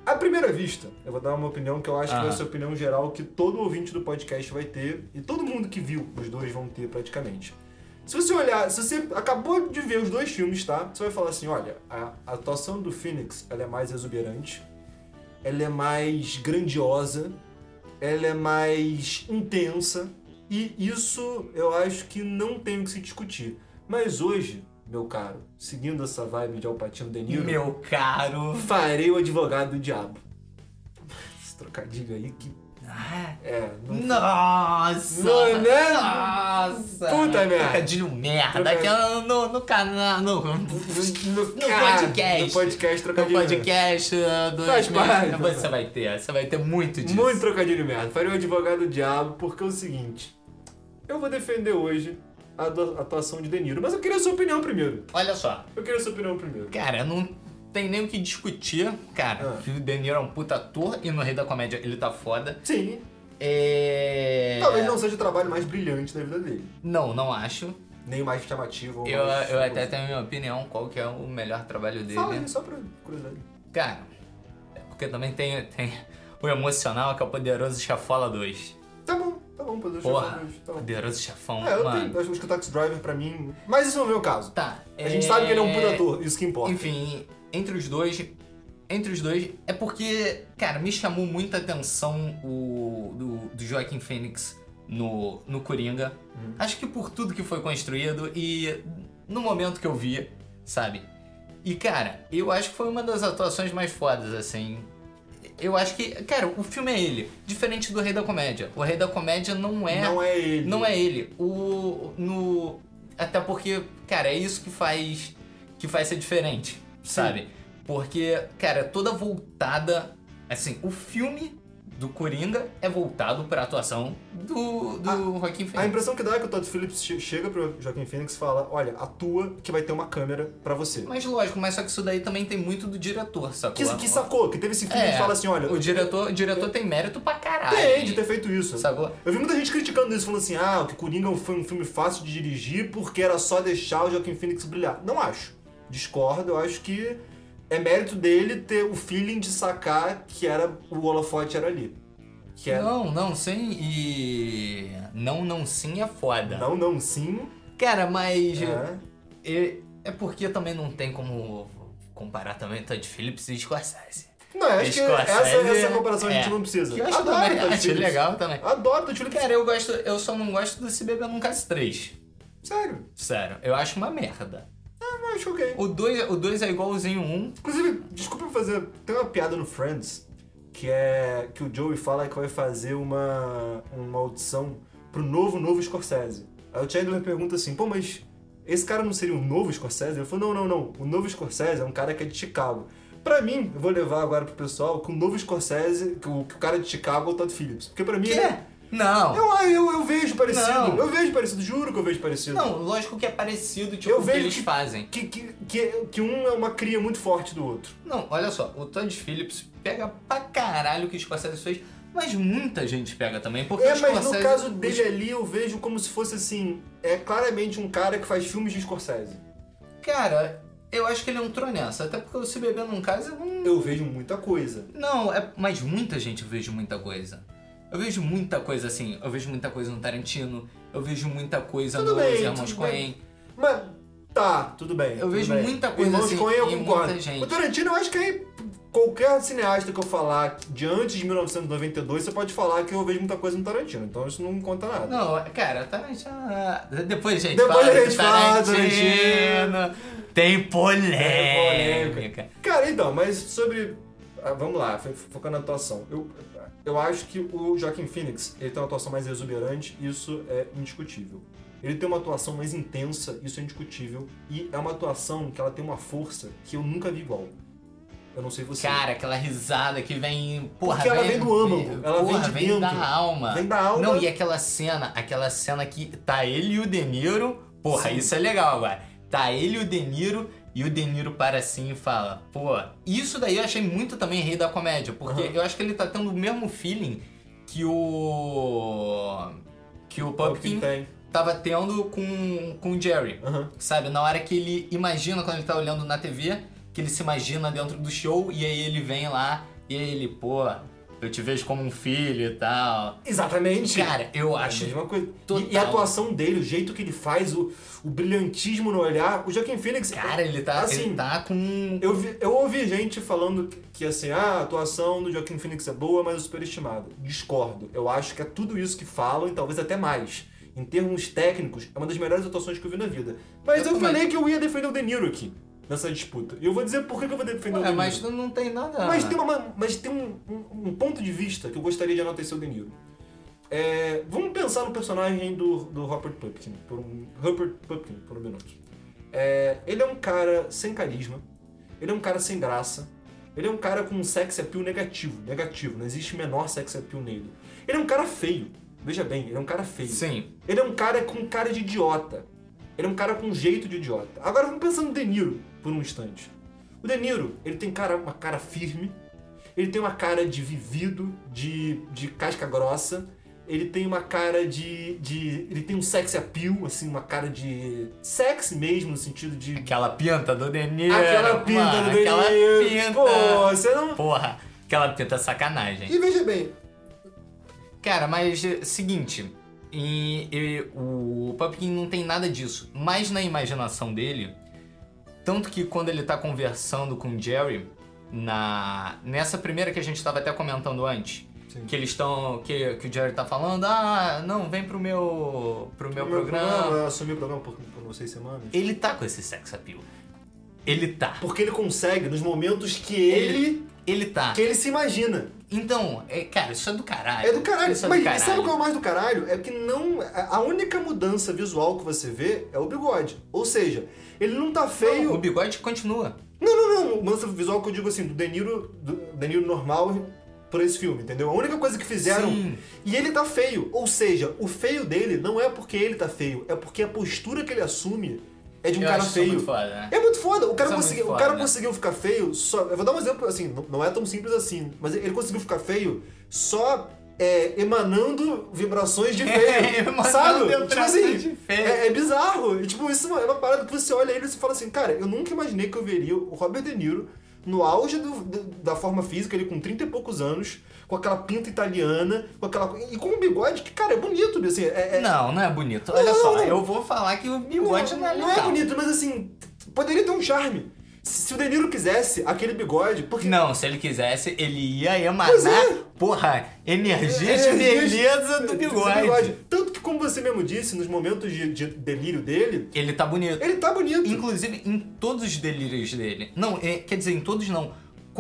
À primeira vista, eu vou dar uma opinião que eu acho que vai
Aham.
ser a opinião geral que todo ouvinte do podcast vai ter e todo mundo que viu os dois vão ter praticamente. Se você olhar, se você acabou de ver os dois filmes, tá? Você vai falar assim, olha, a a atuação do Phoenix, ela é mais exuberante, ela é mais grandiosa, ela é mais intensa e isso eu acho que não tem o que se discutir. Mas hoje, meu caro, seguindo essa vibe de Alpatino De Niro,
Meu caro.
Farei o advogado do diabo. Esse trocadilho aí que.
Ah,
É. Não...
Nossa!
Não é mesmo?
Nossa!
Puta merda.
Trocadilho merda.
Trocadilho.
Aquela no, no canal. No,
No,
podcast.
No podcast,
no
trocadilho. merda.
podcast uh, do
Faz parte.
Você vai ter, você vai ter muito disso.
Muito trocadilho merda. Farei o advogado do diabo, porque é o seguinte. Eu vou defender hoje a do- a atuação de De Niro, mas eu queria a sua opinião primeiro.
Olha só,
Eu queria a sua opinião primeiro.
cara, não tem nem o que discutir, cara.
Ah.
que O De Niro é um puta ator e no Rei da Comédia ele tá foda.
Sim.
É.
Talvez não seja o trabalho mais brilhante da vida dele.
Não, não acho.
Nem o mais chamativo. ou
Eu,
mais-
eu até tenho a minha opinião qual que é o melhor trabalho dele.
Fala aí, só pra curiosidade.
Cara, é porque também tem, tem o emocional que é o Poderoso Chafola 2.
Tá bom, tá bom, Pedro.
Porra,
Tá bom.
Poderoso Chafão,
É, eu
mano.
tenho, acho que o Taxi Driver pra mim. Mas isso não vem o caso.
Tá.
A gente sabe que ele é um puta ator, isso que importa.
Enfim, entre os dois. Entre os dois, é porque, cara, me chamou muita atenção o do, do Joaquim Fênix no, no Coringa.
Uhum.
Acho que por tudo que foi construído e no momento que eu vi, sabe? E, cara, eu acho que foi uma das atuações mais fodas, assim. Eu acho que, cara, o filme é ele, diferente do Rei da Comédia. O Rei da Comédia não é.
Não é ele.
Não é ele. O. No. Até porque, cara, é isso que faz. Que faz ser diferente, sabe? Porque, cara, é toda voltada. Assim, o filme do Coringa é voltado pra atuação do. do Joaquim
A
Fênix.
impressão que dá é que o Todd Phillips che- chega pro Joaquim Phoenix e fala: Olha, atua que vai ter uma câmera pra você.
Mas lógico, mas só que isso daí também tem muito do diretor, sacou?
Que, que sacou, que teve esse filme
É.
que fala assim: Olha,
O diretor, tá o diretor tem mérito pra caralho.
tem de ter feito isso.
Sacou?
Eu vi muita gente criticando isso, falando assim: Ah, que Coringa foi um filme fácil de dirigir porque era só deixar o Joaquim Phoenix brilhar. Não acho. Discordo, eu acho que é mérito dele ter o feeling de sacar que era o holofote era ali. Que é. era.
Não, não, sim e. Não, não, sim é foda.
Não, não, sim.
Cara, mas.
É.
E- É porque também não tem como comparar também Todd Phillips e Scorsese.
Não, eu acho que
Scorsese,
essa, essa comparação a
é.
gente não precisa.
Que eu acho,
Adoro
também,
Todd
acho
Phillips.
legal também.
Adoro Todd Phillips.
Cara, eu gosto, eu só não gosto do Se Beber Num Case 3.
Sério,
Sério, eu acho uma merda.
eu acho ok.
O 2 o dois é igualzinho um.
Inclusive, desculpa eu fazer. Tem uma piada no Friends que é. que o Joey fala que vai fazer uma. uma audição pro novo, novo Scorsese. Aí o Chandler pergunta assim, pô, mas esse cara não seria o novo Scorsese? Ele falou, não, não, não. O novo Scorsese é um cara que é de Chicago. Pra mim, eu vou levar agora pro pessoal que o novo Scorsese, que o, que o cara de Chicago é o Todd Phillips. Porque pra mim.
Quê?
ele- é
Não.
Eu, eu, eu vejo parecido.
Não.
Eu vejo parecido, juro que eu vejo parecido.
Não, lógico que é parecido, tipo,
Eu
o que
vejo
eles
que-
fazem.
Que, que, que, que um é uma cria muito forte do outro.
Não, olha só, o Todd Phillips pega pra caralho o que o Scorsese fez, mas muita gente pega também, porque
É,
o
mas
Scorsese...
no caso dele ali, eu vejo como se fosse assim. É claramente um cara que faz filmes de Scorsese.
Cara, eu acho que ele entrou nessa, até porque o Se Beber Num é um Case não
Eu vejo muita coisa.
Não, é, mas muita gente eu vejo muita coisa. Eu vejo muita coisa assim, eu vejo muita coisa no Tarantino, eu vejo muita coisa
Tudo
nos
bem,
Irmãos
tudo bem.
Coen.
Mas tá, tudo bem.
Eu
tudo
vejo
bem.
muita coisa
Irmãos
assim,
Coen, eu
e
concordo.
muita gente.
O Tarantino, eu acho que aí qualquer cineasta que eu falar de antes de 1992, você pode falar que eu vejo muita coisa no Tarantino. Então isso não conta nada.
Não, cara, Tarantino. ah, Depois a gente
Depois
fala
a gente
do
fala do
Tem polêmica.
polêmica. Cara, então, mas sobre. ah, vamos lá, fo- focando na atuação. Eu, eu acho que o Joaquim Phoenix ele tem uma atuação mais exuberante, isso é indiscutível. Ele tem uma atuação mais intensa, isso é indiscutível. E é uma atuação que ela tem uma força que eu nunca vi igual. Eu não sei você.
Cara, aquela risada que vem. Porra,
Porque ela vem do âmago, ela vem
porra,
de dentro.
da alma.
Vem da alma.
Não, e é aquela cena, aquela cena que tá ele e o De Niro. Porra,
Sim.
isso é legal agora. Tá ele e o De Niro, e o De Niro para assim e fala, pô, isso daí eu achei muito também rei da comédia, porque
Aham.
eu acho que ele tá tendo o mesmo feeling que o. que o
Pumpkin
Pumpkin
tem.
tava tendo com, com o Jerry.
Aham.
Sabe, na hora que ele imagina, quando ele tá olhando na TV, que ele se imagina dentro do show e aí ele vem lá e aí ele, pô, eu te vejo como um filho e tal.
Exatamente.
Cara, eu
É a
acho.
mesma coisa.
Total.
E, e a atuação dele, o jeito que ele faz, o, o brilhantismo no olhar. O Joaquim Phoenix.
Cara, ele tá,
Assim,
ele tá com.
Eu, vi- eu ouvi gente falando que, que, assim, ah, a atuação do Joaquim Phoenix é boa, mas é superestimada. Discordo. Eu acho que é tudo isso que falam e talvez até mais. Em termos técnicos, é uma das melhores atuações que eu vi na vida. Mas
Eu
eu,
também.
falei que eu ia defender o De Niro aqui, nessa disputa. E eu vou dizer por que que eu vou defender o De
Ué,
Niro.
mas não- não tem nada.
Mas tem, uma- mas tem um, um- um ponto de vista que eu gostaria de anotar o De Niro. É, vamos pensar no personagem do, do Robert Pupkin, por um, Robert Pupkin, por um minuto. É, ele é um cara sem carisma, ele é um cara sem graça, ele é um cara com um sex appeal negativo, negativo, não existe menor sex appeal nele. Ele é um cara feio, veja bem, ele é um cara feio.
Sim.
Ele é um cara com cara de idiota. Ele é um cara com jeito de idiota. Agora vamos pensar no De Niro por um instante. O De Niro, ele tem cara, uma cara firme, ele tem uma cara de vivido, de, de casca grossa, ele tem uma cara de, de. Ele tem um sexy appeal, assim, uma cara de. sexy mesmo, no sentido de.
Aquela pinta do Deniro.
Aquela pinta
mano,
do De
Aquela
Niro.
pinta.
Pô, você não.
Porra, aquela pinta é sacanagem.
E veja bem,
Cara, mas é, seguinte, e, e o Pumpkin não tem nada disso, mas na imaginação dele, tanto que quando ele tá conversando com o Jerry, na nessa primeira que a gente tava até comentando antes,
Sim.
que eles estão que, que o Jerry tá falando, ah, não, vem pro meu pro meu
o
programa.
programa, eu assumi o programa por, por não sei semanas.
Ele tá com esse sex appeal. Ele tá.
Porque ele consegue nos momentos que ele.
Ele tá.
que ele se imagina.
Então, é, cara, isso é do caralho.
É do caralho.
Isso é
Mas
do caralho.
sabe qual é o mais do caralho? É que não. A a única mudança visual que você vê é o bigode. Ou seja, ele não tá
O
feio.
bigode continua.
Não, não, não. Mudança visual que eu digo assim, do Deniro, do De Niro normal por esse filme, entendeu? A única coisa que fizeram.
Sim.
E ele tá feio. Ou seja, o feio dele não é porque ele tá feio, é porque a postura que ele assume é de um
Eu
cara
acho isso
feio.
muito foda, né?
É muito foda. O cara,
Isso é muito
conseguiu,
foda,
o cara
né?
conseguiu ficar feio só. Eu vou dar um exemplo assim, não, não é tão simples assim, mas ele conseguiu ficar feio só é, emanando vibrações de feio.
É, Emanando
sabe? Tipo
vibrações
assim,
de feio.
É, é bizarro. E, tipo, isso é uma parada que você olha ele e você fala assim, cara, eu nunca imaginei que eu veria o Robert De Niro no auge do- do- da forma física, ele com 30 e poucos anos, com aquela pinta italiana, com aquela. E com um bigode que, cara, é bonito, assim, é- é,
Não, não é bonito. Olha
Não,
só,
não.
eu vou falar que o bigode não, é legal.
bonito, mas assim, t- poderia ter um charme. Se, se o De Niro quisesse aquele bigode, porque.
Não, se ele quisesse, ele ia emanar,
Pois é.
porra, energia de
É,
beleza
gente,
do
do
bigode.
Tanto que, como você mesmo disse, nos momentos de, de delírio dele,
Ele tá bonito.
ele tá bonito.
Inclusive, em todos os delírios dele. Não, é, quer dizer, em todos não.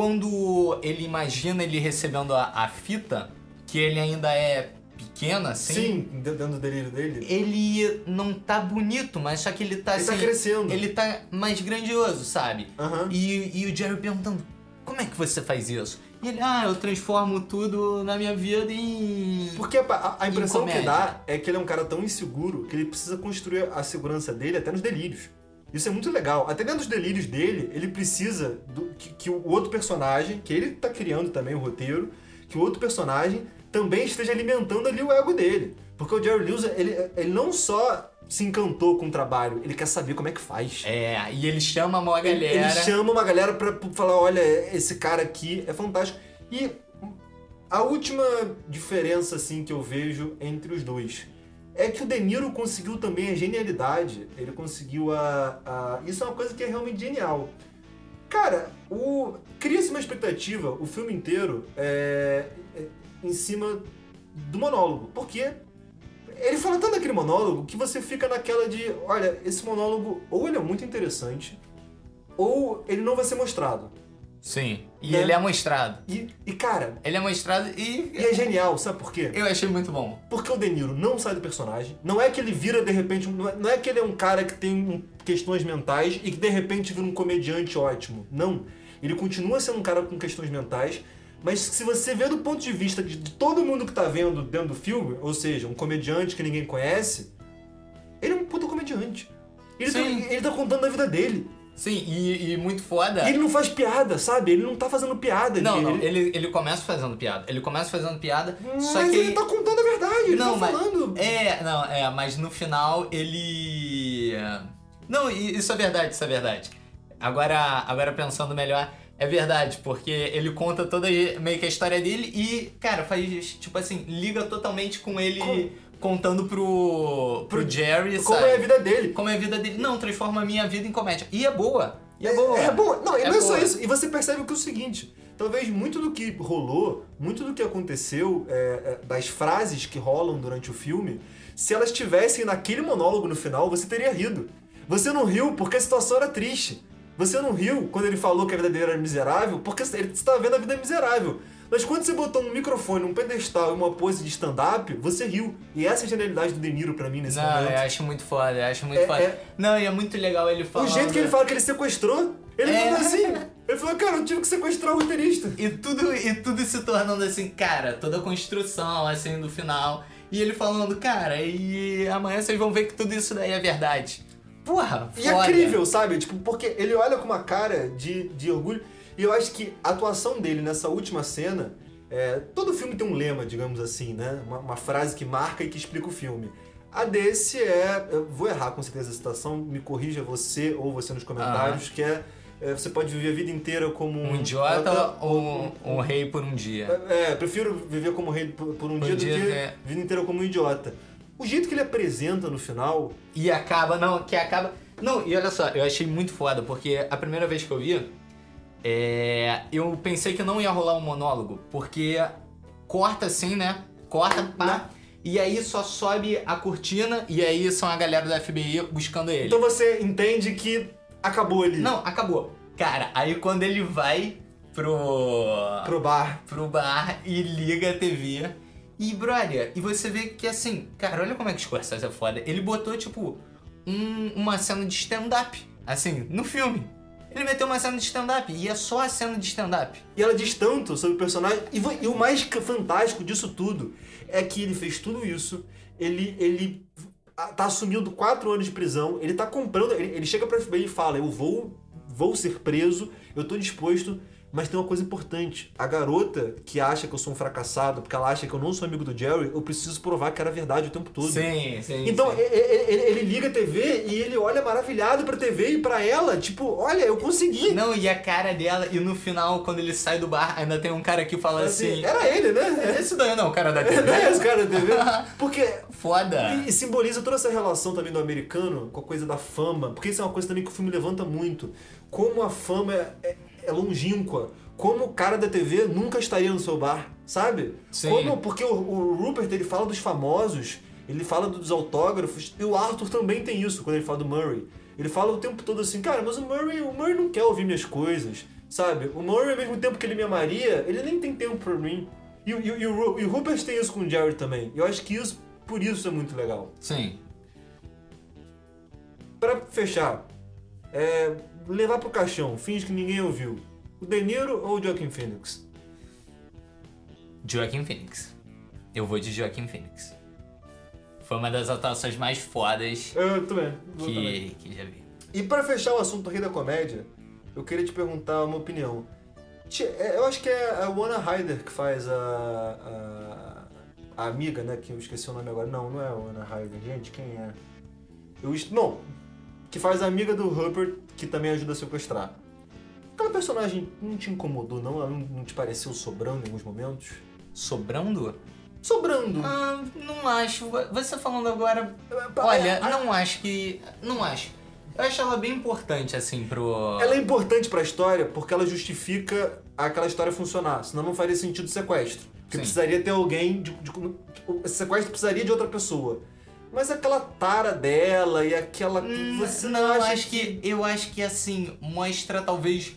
Quando ele imagina ele recebendo a, a fita, que ele ainda é pequeno, assim,
Sim, de- dentro do delírio dele.
ele não tá bonito, mas só que ele tá
Ele
assim.
tá crescendo.
Ele tá mais grandioso, sabe?
Aham.
E, e o Jerry perguntando: como é que você faz isso? E ele, ah, eu transformo tudo na minha vida em.
Porque a, a- a impressão que
comédia.
dá é que ele é um cara tão inseguro que ele precisa construir a segurança dele até nos delírios. Isso é muito legal. Até dentro dos delírios dele, ele precisa do- que, que o outro personagem, que ele tá criando também o roteiro, que o outro personagem também esteja alimentando ali o ego dele. Porque o Jerry Lewis, ele, ele não só se encantou com o trabalho, ele quer saber como é que faz.
É, e ele chama a maior
Ele-
galera.
Ele chama uma galera pra pra falar, olha, esse cara aqui é fantástico. E a última diferença, assim, que eu vejo entre os dois é que o De Niro conseguiu também a genialidade. Ele conseguiu a... a- Isso é uma coisa que é realmente genial. Cara, o... cria-se uma expectativa, o filme inteiro, é... é- em cima do monólogo. Porque ele fala tanto daquele monólogo que você fica naquela de, olha, esse monólogo ou ele é muito interessante, ou ele não vai ser mostrado.
Sim. E
Né?
ele é mostrado.
E, e, cara,
Ele é mostrado
e
e.
é genial, sabe por quê?
Eu achei muito bom.
Porque o De Niro não sai do personagem, não é que ele vira de repente, um- não é- não é que ele é um cara que tem um- questões mentais e que de repente vira um comediante ótimo. Não. Ele continua sendo um cara com questões mentais, mas se você vê do ponto de vista de, de todo mundo que tá vendo dentro do filme, ou seja, um comediante que ninguém conhece, ele é um puta comediante. Ele, tá,
Sim.
ele tá contando a vida dele.
Sim, e, e muito foda.
E ele não faz piada, sabe? Ele não tá fazendo piada.
É. Não,
ele,
não,
ele-
ele, ele começa fazendo piada. Ele começa fazendo piada,
Mas
só que.
ele tá contando a verdade, ele
Não,
tá
mas-
falando todo.
É, não, é, mas no final ele. Não, i- isso é verdade, isso é verdade. Agora, agora pensando melhor, é verdade, porque ele conta toda aí meio que a história dele e, cara, faz tipo assim, liga totalmente com ele
Com-
contando pro, pro Jerry,
Como
sabe?
é a vida dele.
Como é a vida dele. Não, transforma a minha vida em comédia. E é boa. E é, boa.
É boa. Não, e
É
não é só
boa.
isso. E você percebe que é o seguinte: talvez muito do que rolou, muito do que aconteceu, é, é, das frases que rolam durante o filme, se elas tivessem naquele monólogo no final, você teria rido. Você não riu porque a situação era triste. Você não riu quando ele falou que a vida dele era miserável, porque ele estava vendo a vida miserável. Mas quando você botou um microfone, um pedestal e uma pose de stand-up, você riu. E essa é a genialidade do De Niro pra mim nesse
Não, é,
momento.
eu acho muito foda, eu acho muito
É-
foda.
é-
Não, e é muito legal ele
O
falando. né?
jeito que ele fala que ele sequestrou, ele
É.
falou assim. Ele falou, cara, eu tive que sequestrar o roteirista.
E tudo, e tudo se tornando assim, cara, toda a construção, assim, do final. E ele falando, cara, e amanhã vocês vão ver que tudo isso daí é verdade. Porra,
E
foda.
é crível, sabe? Tipo, porque ele olha com uma cara de, de orgulho. E eu acho que a atuação dele nessa última cena. é, todo filme tem um lema, digamos assim, né? Uma, uma frase que marca e que explica o filme. A desse é. Eu vou errar com certeza a citação, me corrija você ou você nos comentários, que é, é, Você pode viver a vida inteira como
Um idiota ou um, um rei por um dia.
É, prefiro viver como rei por, por um dia,
dia,
do que
né?
a vida inteira como um idiota. O jeito que ele apresenta no final.
E acaba, não, que acaba. Não, e olha só, eu achei muito foda, porque a primeira vez que eu vi, é, eu pensei que não ia rolar um monólogo, porque corta assim, né? Corta,
Né?
pá. E aí só sobe a cortina, e aí são a galera do FBI buscando ele.
Então você entende que acabou ali.
Não, acabou. Cara, aí quando ele vai pro.
Pro bar.
pro bar e liga a TV. E, brother, e você vê que assim, cara, olha como é que o Scorsese é foda. Ele botou, tipo, um- uma cena de stand-up, assim, no filme. Ele meteu uma cena de stand-up e é só a cena de stand-up.
E ela diz tanto sobre o personagem. E, vo- e o mais ca- fantástico disso tudo é que ele fez tudo isso. Ele, ele a- tá assumindo quatro anos de prisão. Ele tá comprando. Ele, ele chega pra FBI e fala: Eu vou, vou ser preso, eu tô disposto. Mas tem uma coisa importante. A garota que acha que eu sou um fracassado, porque ela acha que eu não sou amigo do Jerry, eu preciso provar que era verdade o tempo todo.
Sim, sim.
Então,
sim.
e- e- ele, ele liga a TV e ele olha maravilhado pra TV e pra ela, tipo, olha, eu consegui.
Não, e a cara dela, e no final, quando ele sai do bar, ainda tem um cara que fala assim.
era ele, né?
Esse daí não, o cara da TV.
É, os caras da TV. Porque.
Foda.
E, e simboliza toda essa relação também do americano com a coisa da fama, porque isso é uma coisa também que o filme levanta muito. Como a fama é, é- é longínqua. Como o cara da TV nunca estaria no seu bar, sabe?
Sim.
Como, porque o, o Rupert ele fala dos famosos, ele fala dos autógrafos, e o Arthur também tem isso quando ele fala do Murray. Ele fala o tempo todo assim, cara, mas o Murray, o Murray não quer ouvir minhas coisas, sabe? O Murray, ao mesmo tempo que ele me amaria, ele nem tem tempo pra mim. E, o- e, o- e o Ru- e o Rupert tem isso com o Jared também. Eu acho que isso, por isso, é muito legal.
Sim.
Pra fechar, é, levar pro caixão, finge que ninguém ouviu. O De Niro ou o Joaquin Phoenix?
Joaquim Phoenix. Eu vou de Joaquim Phoenix. Foi uma das atuações mais fodas
Eu também. vou também.
que, que já vi.
E pra fechar o assunto aqui da comédia, eu queria te perguntar uma opinião. Ti- é, Eu acho que é a Wanna Ryder que faz a, a, a amiga, né? Que eu esqueci o nome agora. Não, não é a Wanna Ryder. Gente, quem é? Eu, es- não, que faz a amiga do Rupert, que também ajuda a sequestrar. Aquela personagem não te incomodou, não? Ela não, não te pareceu sobrando em alguns momentos?
Sobrando?
Sobrando!
Ah, não acho. Você falando agora.
Pa- é,
Olha,
a-
não acho que. Não acho. Eu acho ela bem importante, assim, pro.
Ela é importante pra história porque ela justifica aquela história funcionar, senão não faria sentido o sequestro. Porque
Sim.
precisaria ter alguém. De, de- o sequestro precisaria de outra pessoa. Mas aquela tara dela e aquela.
Hum,
você
não,
acha
acho que. Eu acho que, assim, mostra talvez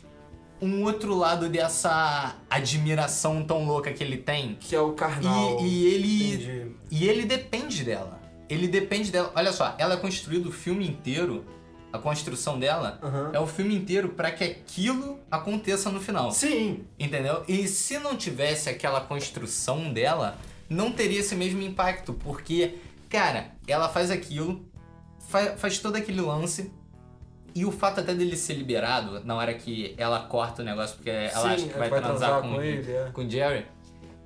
um outro lado dessa admiração tão louca que ele tem.
que é o carnal.
E, e ele.
Entendi.
E ele depende dela. Ele depende dela. Olha só, ela é construída o filme inteiro. A construção dela
Aham.
é o filme inteiro pra que aquilo aconteça no final.
Sim,
Entendeu? E se não tivesse aquela construção dela, não teria esse mesmo impacto. Porque, cara, ela faz aquilo, fa- faz todo aquele lance. E o fato até dele ser liberado, na hora que ela corta o negócio, porque É, ela
sim, é
acha que vai,
vai
transar, com,
ele. é.
com o Jerry.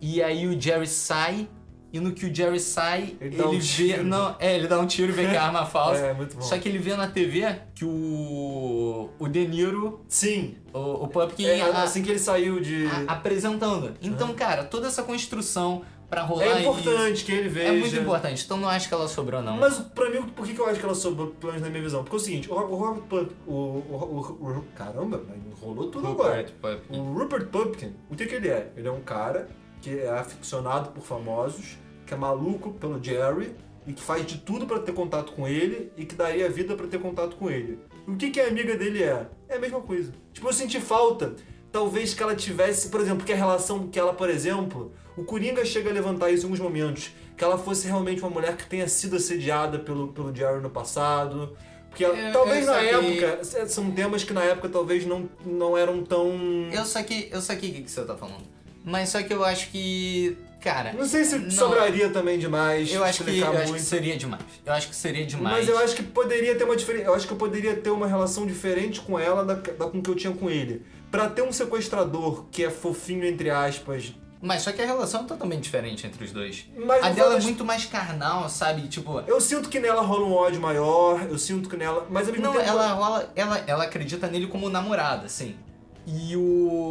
E aí o Jerry sai E no que o Jerry sai,
Ele
ele,
dá um
vê.
tiro.
Não, é, ele dá um tiro e vê que é arma falsa.
É, muito bom.
Só que ele vê na TV que o. O De Niro,
Sim.
o, o Pumpkin,
É,
a-
assim que ele saiu de.
a- apresentando. Então, cara, toda essa construção pra rolar
é
isso.
importante que ele veja.
É muito importante. Então não acho que ela sobrou, não.
Mas pra mim, por que que eu acho que ela sobrou, pelo menos na minha visão? Porque é o seguinte, o Ro- o Robert Pumpkin, o, o- o- o- Caramba, mas rolou tudo agora. O Rupert Pumpkin, o que que ele é? Ele é um cara que é aficionado por famosos, que é maluco pelo Jerry e que faz de tudo pra ter contato com ele e que daria a vida pra ter contato com ele. O que que a amiga dele é? É a mesma coisa. Tipo, eu senti falta. Talvez que ela tivesse, por exemplo, que a relação que ela, por exemplo, o Coringa chega a levantar isso em alguns momentos, que ela fosse realmente uma mulher que tenha sido assediada pelo, pelo Jerry no passado. Porque ela-
Eu-
talvez
eu
na
saquei.
época, são temas que na época talvez não, não eram tão.
Eu saquei, eu saquei o que, que você tá falando. Mas só que eu acho que. Cara.
Não sei se
não.
sobraria também demais.
Eu acho, que, eu
explicar
acho que
muito.
seria demais. Eu acho que seria demais.
Mas eu acho que poderia ter uma diferença. Eu acho que eu poderia ter uma relação diferente com ela da, da com que eu tinha com ele. Pra ter um sequestrador que é fofinho, entre aspas.
Mas só que a relação é totalmente diferente entre os dois.
Mas
a
no
dela
final
é
das-
muito mais carnal, sabe? Tipo.
Eu sinto que nela rola um ódio maior, eu sinto que nela. Mas ao mesmo
Não,
tempo.
ela, rola- ela, ela acredita nele como namorada, assim. E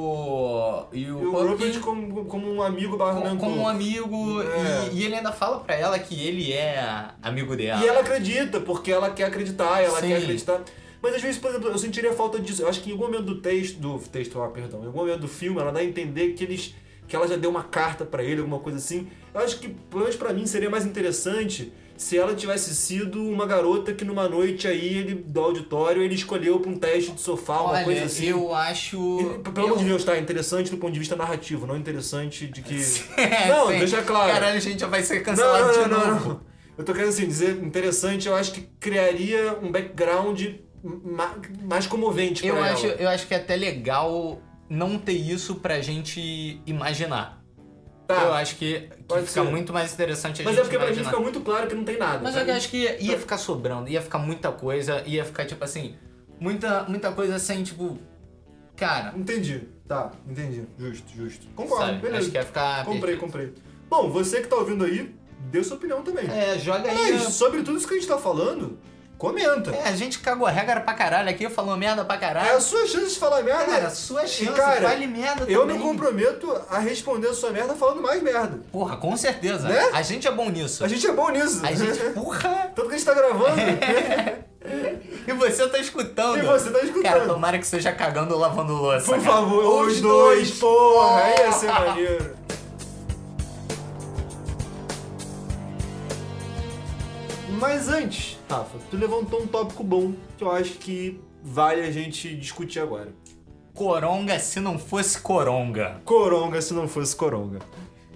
o. E
E
o,
o
Pumpkin
Rupert como, como um amigo barra
como, um como um
mentor.
amigo.
É.
E, e ele ainda fala pra ela que ele é amigo dela.
E ela é acredita, porque ela quer acreditar, ela
Tá. Sim.
quer acreditar. Mas às vezes, por exemplo, eu sentiria falta disso. Eu acho que em algum momento do texto, do texto, ah, perdão, em algum momento do filme, ela dá a entender que eles que ela já deu uma carta pra ele, alguma coisa assim. Eu acho que, pelo menos pra mim, seria mais interessante se ela tivesse sido uma garota que numa noite aí ele do auditório ele escolheu pra um teste de sofá, uma
Olha,
coisa assim.
eu acho.
E, Pelo amor
eu-
de Deus, tá? Interessante do ponto de vista narrativo, não interessante de que.
É,
não,
sim.
deixa claro.
Caralho, a gente já vai ser
Não,
cancelado
não, não,
de
não,
novo.
não. Eu tô querendo assim, dizer interessante, eu acho que criaria um background ma- mais comovente pra
Eu,
ela.
acho, eu acho que é até legal não ter isso pra gente imaginar.
Tá.
Eu acho que, que
Pode
fica
ser.
muito mais interessante a
Mas é
gente
porque pra mim
imaginar.
fica muito claro que não tem nada. tá?
Mas
sabe?
eu acho que ia, ia ficar sobrando, ia ficar muita coisa, ia ficar tipo assim, muita, muita coisa sem, tipo. Cara,
Entendi. Tá, entendi. Justo, justo. Concordo,
sabe? tipo-
beleza.
Acho que ia ficar.
Comprei, comprei. Bom, você que tá ouvindo aí, dê sua opinião também.
É, joga aí.
Mas, sobre tudo isso que a gente tá falando, comenta.
É, a gente cagou a regra pra caralho aqui, falou merda pra
É
caralho.
a sua chance de falar merda.
Cara, sua chance,
É, cara,
fale merda
eu me
também.
comprometo a responder a sua merda falando mais merda.
Porra, com certeza.
Né?
A gente é bom nisso.
A gente é bom nisso.
A gente, porra!
Tanto que a gente tá gravando.
E você tá escutando.
E você tá escutando.
Cara, tomara que seja cagando ou lavando louça.
Por
cara.
favor, os dois, porra, é aí
é
ia ser maneiro. Mas antes, Rafa, tu levantou um tópico bom que eu acho que vale a gente discutir agora.
Coronga se não fosse coronga.
Coronga se não fosse coronga.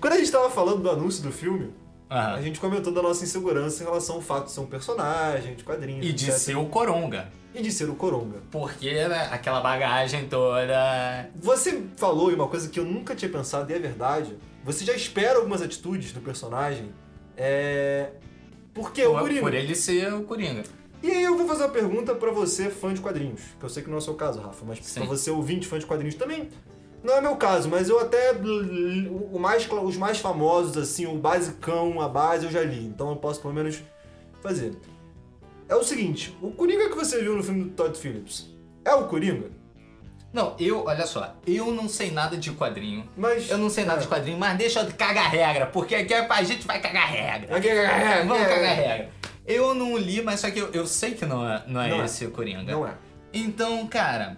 Quando a gente tava falando do anúncio do filme, a
Aham.
gente comentou da nossa insegurança em relação ao fato de ser um personagem, de quadrinhos,
E de
etc.
ser o coronga.
e de ser o coronga.
Porque né, aquela bagagem toda.
Você falou em uma coisa que eu nunca tinha pensado e é verdade. Você já espera algumas atitudes do personagem. É. Porque é o
por,
Coringa.
por ele ser o Coringa.
E aí eu vou fazer uma pergunta pra você, fã de quadrinhos. Que eu sei que não é o seu caso, Rafa, mas
Sim.
pra você ouvinte fã de quadrinhos também. Não é meu caso, mas eu até. l- o mais cla- os mais famosos, assim, o basicão, a base, eu já li. Então eu posso pelo menos fazer. É o seguinte: o Coringa que você viu no filme do Todd Phillips é o Coringa?
Não, eu, olha só, eu não sei nada de quadrinho.
Mas.
Eu não sei nada
É.
de quadrinho, mas deixa eu cagar regra, porque aqui é- a gente vai cagar regra.
Aqui, é,
Vamos
é,
cagar regra. Eu não li, mas só que eu, eu sei que não é, não é
Não é.
esse o Coringa.
Não é.
Então, cara,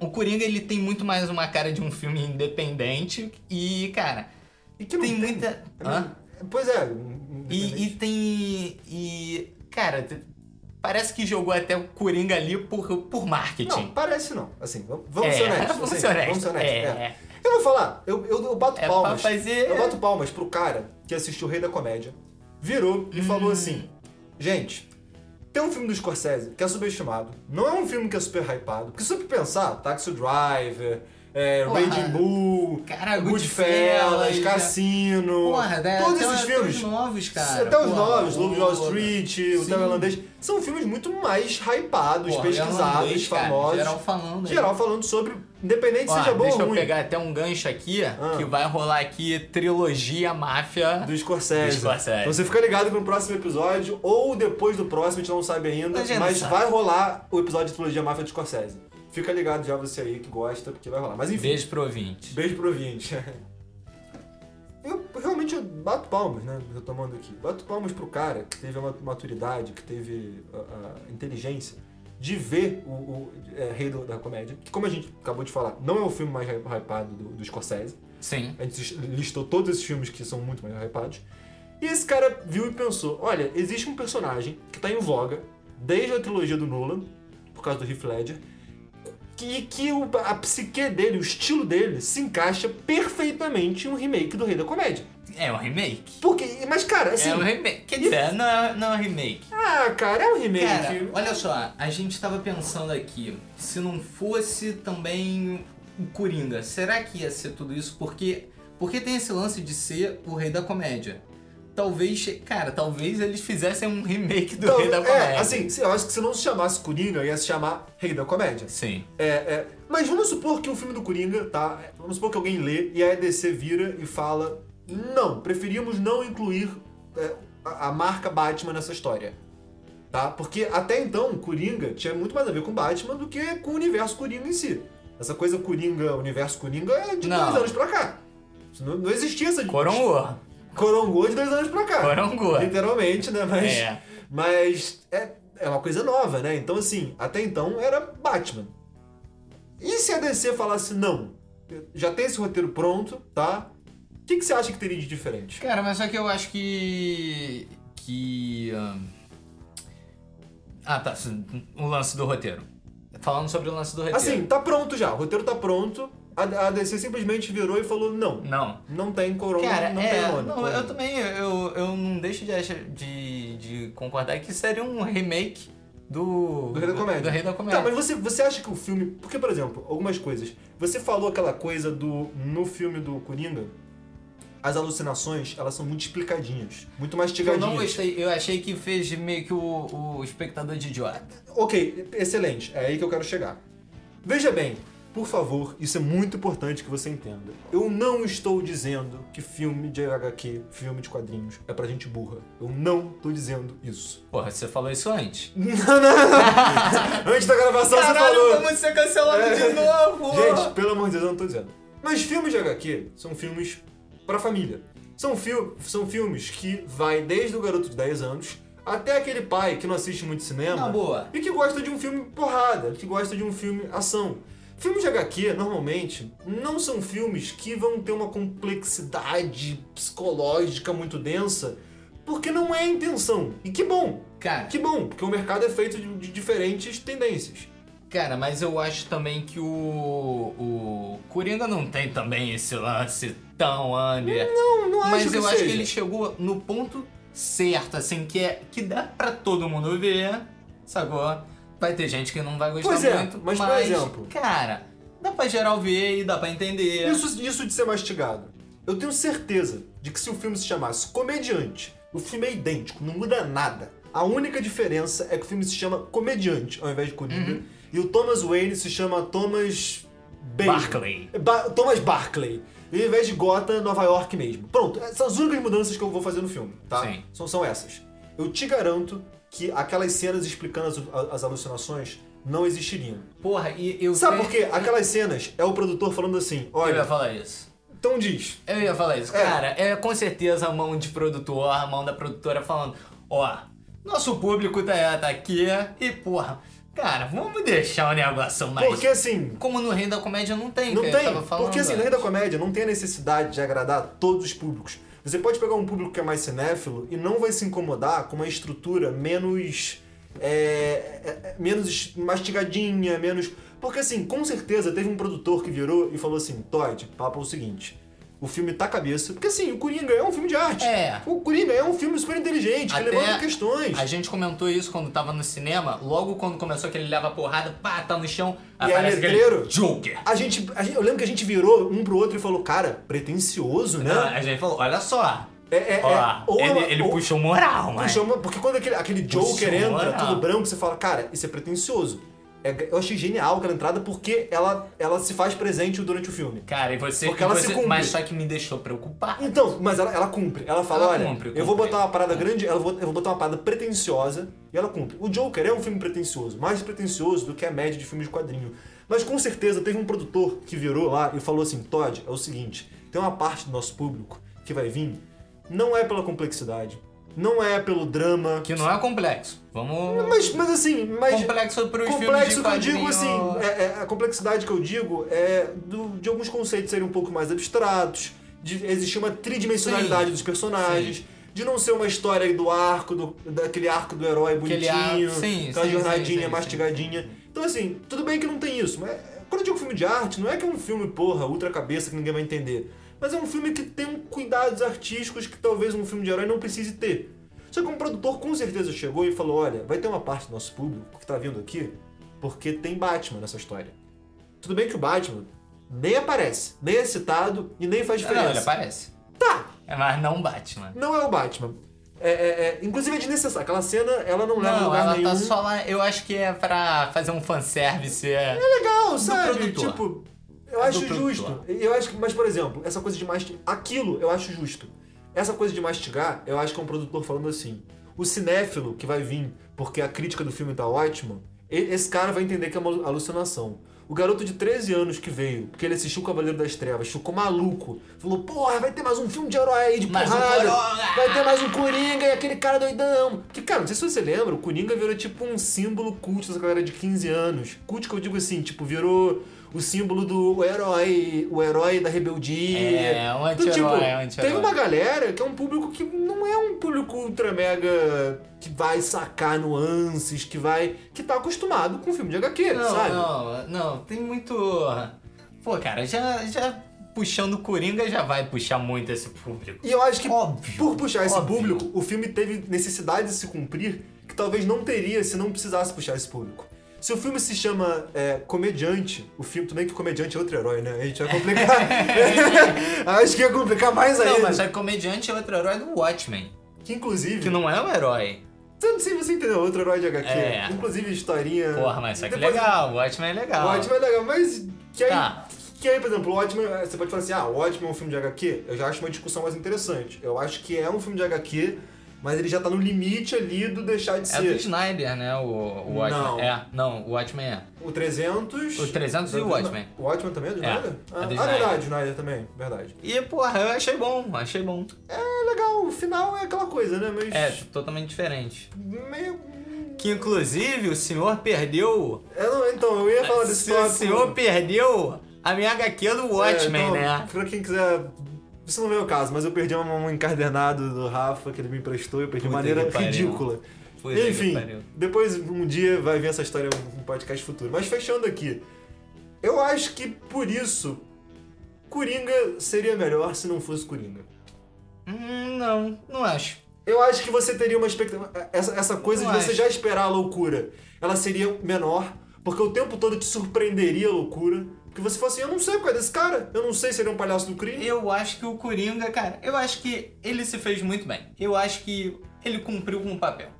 o Coringa ele tem muito mais uma cara de um filme independente e, cara,
E que não
tem
tem.
muita. Hã?
Pois é.
E,
independente.
e tem. E. Cara, te- parece que jogou até o Coringa ali por, por marketing.
Não, parece não. Assim, vamos, vamos
é,
ser honestos.
vamos
assim,
ser honestos.
vamos ser honestos,
é,
é. Eu vou falar, eu, eu, eu bato
É pra
palmas.
fazer-
Eu bato palmas pro cara que assistiu o Rei da Comédia, virou
Uhum.
e falou assim: gente, tem um filme do Scorsese que é subestimado, não é um filme que é super hypado, porque se eu pensar, Taxi Driver, é,
Porra.
Raging Bull,
Cara,
Goodfellas,
Goodfellas,
Cassino,
Porra, né?
todos
até,
esses
até
filmes.
os novos, cara.
Até os
Porra,
novos, Lobo de Wall
porra.
Street, O
Sim.
Hotel Irlandês, são filmes muito mais hypados,
Porra,
pesquisados,
irlandês, cara,
famosos.
Geral falando. aí.
Geral falando sobre, independente
Ó,
seja bom
deixa
ou
eu
ruim,
pegar até um gancho aqui, que vai rolar aqui trilogia máfia.
do Scorsese.
Do Scorsese.
Então você fica ligado pro próximo episódio, ou depois do próximo, a gente não sabe ainda,
A gente
mas
não
vai rolar o episódio de trilogia Máfia do Scorsese. Fica ligado já você aí que gosta, porque vai rolar. Mas enfim,
Beijo pro ouvinte.
beijo pro ouvinte. Eu realmente eu bato palmas, né? Retomando aqui. Bato palmas pro cara que teve a maturidade, que teve a, a inteligência de ver o, o, é, Rei do- da Comédia, que como a gente acabou de falar, não é o filme mais hy- hypado do, do Scorsese.
Sim.
A gente listou todos esses filmes que são muito mais hypados. E esse cara viu e pensou: olha, existe um personagem que tá em voga desde a trilogia do Nolan, por causa do Heath Ledger, que, que o- a psique dele, o estilo dele, se encaixa perfeitamente em um remake do Rei da Comédia.
É um remake.
Porque, mas cara, assim.
É um remake. Quer dizer, não é, não é um remake.
Ah, cara, é um remake.
Cara, olha só, a gente tava pensando aqui, se não fosse também o Coringa, será que ia ser tudo isso? Porque, porque tem esse lance de ser o rei da comédia. Talvez, che- cara, talvez eles fizessem um remake do
Então,
rei da comédia.
é, assim, eu acho que se não se chamasse Coringa, ia se chamar Rei da Comédia.
Sim.
É, é. Mas vamos supor que o filme do Coringa, tá? Vamos supor que alguém lê e a EDC vira e fala: não, preferimos não incluir é, a, a marca Batman nessa história. Tá? Porque até então, Coringa tinha muito mais a ver com Batman do que com o universo Coringa em si. Essa coisa Coringa, universo Coringa é de
Não.
dois anos pra cá. Isso Não, não existia essa.
Corongo.
Corongô de dois anos pra cá.
Corongo.
Literalmente, né? Mas.
É.
Mas é, é uma coisa nova, né? Então, assim, até então era Batman. E se a DC falasse, não, já tem esse roteiro pronto, tá? O que, que você acha que teria de diferente?
Cara, mas só que eu acho que. Que. ahn, Ah, tá. O lance do roteiro. Falando sobre o lance do roteiro.
Assim, tá pronto já, o roteiro tá pronto, a, a DC simplesmente virou e falou, não,
Não.
não tem corona,
Cara,
não
é,
tem nome.
não, eu também, eu, eu não deixo de, achar- de, de concordar que seria um remake do...
Do Rei da Comédia.
do Rei da
Tá,
Comédia.
mas você, você acha que o filme. Porque, por exemplo, algumas coisas. Você falou aquela coisa do. No filme do Coringa, as alucinações, elas são muito explicadinhas. Muito
eu
mastigadinhas.
Então, não gostei, eu achei que fez meio que o, o espectador de idiota.
Ok, excelente. É aí que eu quero chegar. Veja bem, por favor, isso é muito importante que você entenda. Eu não estou dizendo que filme de HQ, filme de quadrinhos, é pra gente burra. Eu não tô dizendo isso.
Porra, você falou isso antes.
Não, não! Antes da gravação você falou.
vamos ser cancelado
É.
de novo!
Gente, pelo amor de Deus, eu não tô dizendo. Mas filmes de HQ são filmes pra família. São, fil são filmes que vai desde o garoto de 10 anos até aquele pai que não assiste muito cinema
Na boa.
e que gosta de um filme porrada, que gosta de um filme ação. Filmes de HQ, normalmente, não são filmes que vão ter uma complexidade psicológica muito densa, porque não é a intenção. E que bom,
Cara,
que bom, porque o mercado é feito de- de diferentes tendências.
cara, mas eu acho também que o, o Coringa não tem também esse lance tão under.
Não, não acho
Mas
que
eu
seja.
acho que ele chegou no ponto certo, assim, que, é, que dá pra todo mundo ver, sacou? Vai ter gente que não vai gostar
Pois é,
muito,
mas, por exemplo-
cara, dá pra geral ver e dá pra entender.
Isso, isso de ser mastigado. Eu tenho certeza de que se o filme se chamasse Comediante, o filme é idêntico, não muda nada. A única diferença é que o filme se chama Comediante ao invés de Coringa.
Uhum.
E o Thomas Wayne se chama Thomas... Bailey.
Barclay.
Ba- Thomas Barclay. E ao invés de Gota, Nova York mesmo. Pronto, são as únicas mudanças que eu vou fazer no filme, tá?
Sim.
São, são essas. Eu te garanto que aquelas cenas explicando as- as alucinações não existiriam.
Porra, e eu
Sabe
sei-
por quê? Aquelas cenas é o produtor falando assim:
Eu ia
olha,
falar isso.
então diz.
Eu ia falar isso.
É.
Cara, é com certeza a mão de produtor, a mão da produtora falando, ó, nosso público tá, tá aqui e, porra, cara, vamos deixar o negócio mais...
Porque assim,
Como no Rei da Comédia não tem,
não
que eu
tem.
tava falando.
Porque assim, no Rei
antes.
da Comédia não tem a necessidade de agradar todos os públicos. Você pode pegar um público que é mais cinéfilo e não vai se incomodar com uma estrutura menos. é, é, é, menos mastigadinha, menos. Porque assim, com certeza teve um produtor que virou e falou assim: Todd, papo é o seguinte. O filme tá cabeça. Porque assim, o Coringa é um filme de arte.
É.
O Coringa é um filme super inteligente, que
Até-
levanta questões.
A gente comentou isso quando tava no cinema, logo quando começou aquele leva porrada, pá, tá no chão,
aí,
aparece aquele
letreiro?
Joker.
A gente, a gente- Eu lembro que a gente virou um pro outro e falou, cara, pretencioso, né?
Não, a gente falou, olha só.
É, é, é.
Ó,
Ou
ele,
ela-
ele
ou-
puxou moral, mano.
Puxa, uma- porque quando aquele, aquele
Puxa,
Joker entra,
moral.
tudo branco, você fala, cara, isso é pretencioso. É, eu achei genial aquela entrada porque ela, ela se faz presente durante o filme.
Cara, e você.
Porque
e
ela
você-
se cumpre.
Mas só que me deixou preocupado.
Então, mas ela, ela cumpre. Ela fala,
Ela
olha,
cumpre,
eu vou
cumpre.
botar uma parada grande, eu vou, eu vou botar uma parada pretenciosa e ela cumpre. O Joker é um filme pretencioso, mais pretencioso do que a média de filmes de quadrinho. Mas com certeza teve um produtor que virou lá e falou assim, Todd, é o seguinte, tem uma parte do nosso público que vai vir, não é pela complexidade, não é pelo drama...
Que não é complexo. Vamos.
Mas, mas assim, mas
complexo pros filmes
complexo
de
que eu digo
quadrinho.
assim, é- é- a complexidade que eu digo é do- de alguns conceitos serem um pouco mais abstratos, de existir uma tridimensionalidade
Sim.
dos personagens, de não ser uma história aí do arco, do, daquele arco do herói
Aquele
bonitinho,
arco, é sim,
aquela
sim, sim,
jornadinha
sim, sim.
mastigadinha. Então assim, tudo bem que não tem isso, mas quando eu digo filme de arte, não é que é um filme, porra, ultra cabeça que ninguém vai entender. Mas é um filme que tem cuidados artísticos que talvez um filme de herói não precise ter. Só que um produtor com certeza chegou e falou: olha, vai ter uma parte do nosso público que tá vindo aqui porque tem Batman nessa história. Tudo bem que o Batman nem aparece, nem é citado e nem faz
Não, não, ele
diferença.
aparece.
tá,
É, Mas não bate, mano.
não é o Batman. É, é, é, inclusive é desnecessário. Aquela cena, ela não leva a
Não,
lugar
ela
nenhum.
tá só lá. Eu acho que é pra fazer um fanservice. É...
legal, sabe?
produtor. É
Tipo, eu acho
produtor.
justo. Eu acho que, mas por exemplo, essa coisa de mastigar, aquilo eu acho justo. Essa coisa de mastigar, eu acho que é um produtor falando assim: o cinéfilo que vai vir porque a crítica do filme tá ótima, e- esse cara vai entender que é uma alucinação. O garoto de 13 anos que veio, porque ele assistiu o Cavaleiro das Trevas, ficou maluco. Falou, porra, vai ter mais um filme de herói aí, de
Mais um
porrada.
Coringa!"
vai ter mais um Coringa e aquele cara doidão. Porque, cara, não sei se você lembra, o Coringa virou tipo um símbolo culto dessa galera de 15 anos. Culto que eu digo assim, tipo, virou o símbolo do herói, o herói da rebeldia.
É, um
Então,
anti-herói, é um anti-herói.
Teve uma galera que é um público que não é um público ultra mega que vai sacar nuances, que vai. que tá acostumado com filme de HQ,
Não,
sabe?
não, não, tem muito. Pô, cara, já, já puxando Coringa já vai puxar muito esse público.
E eu acho que
Óbvio,
por puxar esse
óbvio.
público, o filme teve necessidade de se cumprir que talvez não teria se não precisasse puxar esse público. Se o filme se chama é, Comediante, o filme, tudo bem que comediante é outro herói, né? A gente vai complicar. Acho que ia complicar mais ainda.
Não, mas é comediante é outro herói do Watchmen.
Que inclusive.
Que não é um herói.
Você, você, você entendeu? Outro herói de HQ.
É.
Inclusive, historinha.
Porra, mas isso aqui é
Depois-
legal, o Watchmen é legal.
O Watchmen é legal, mas. Que aí,
Tá.
que aí, por exemplo, o Watchmen. eh, Você pode falar assim, ah, o Watchmen é um filme de HQ? Eu já acho uma discussão mais interessante. Eu acho que é um filme de HQ, mas ele já tá no limite ali do deixar de
É do
ser.
Snyder, né? O, o Watchmen.
Não.
É, não, o Watchmen é.
O 300.
O 300 e o Watchmen.
O Watchmen também é do
É,
Snyder?
é
Ah,
do
ah,
Snyder.
verdade, o Snyder também, verdade.
E, porra, eu achei bom, achei bom.
É legal, o final é aquela coisa, né? Mas.
É, totalmente diferente.
Meio.
Que, inclusive, o senhor perdeu...
É, não, então, eu ia falar desse
Se o
tópico.
senhor perdeu a minha HQ do Watchmen,
É, então,
né?
Pra quem quiser. Isso não é o caso, mas eu perdi um um encadernado do Rafa que ele me emprestou e eu perdi de
Puta
maneira
que pariu.
ridícula.
Puta que
Enfim,
pariu.
depois um dia vai vir essa história em um podcast futuro. Mas fechando aqui, eu acho que por isso Coringa seria melhor se não fosse Coringa.
Hum, não, não acho.
Eu acho que você teria uma expectativa. Essa, essa coisa
Eu
de você
acho.
já esperar a loucura, ela seria menor, porque o tempo todo te surpreenderia a loucura. Porque você fala assim: eu não sei qual é desse cara, eu não sei se ele é um palhaço do crime.
Eu acho que o Coringa, cara, eu acho que ele se fez muito bem. Eu acho que ele cumpriu com o papel.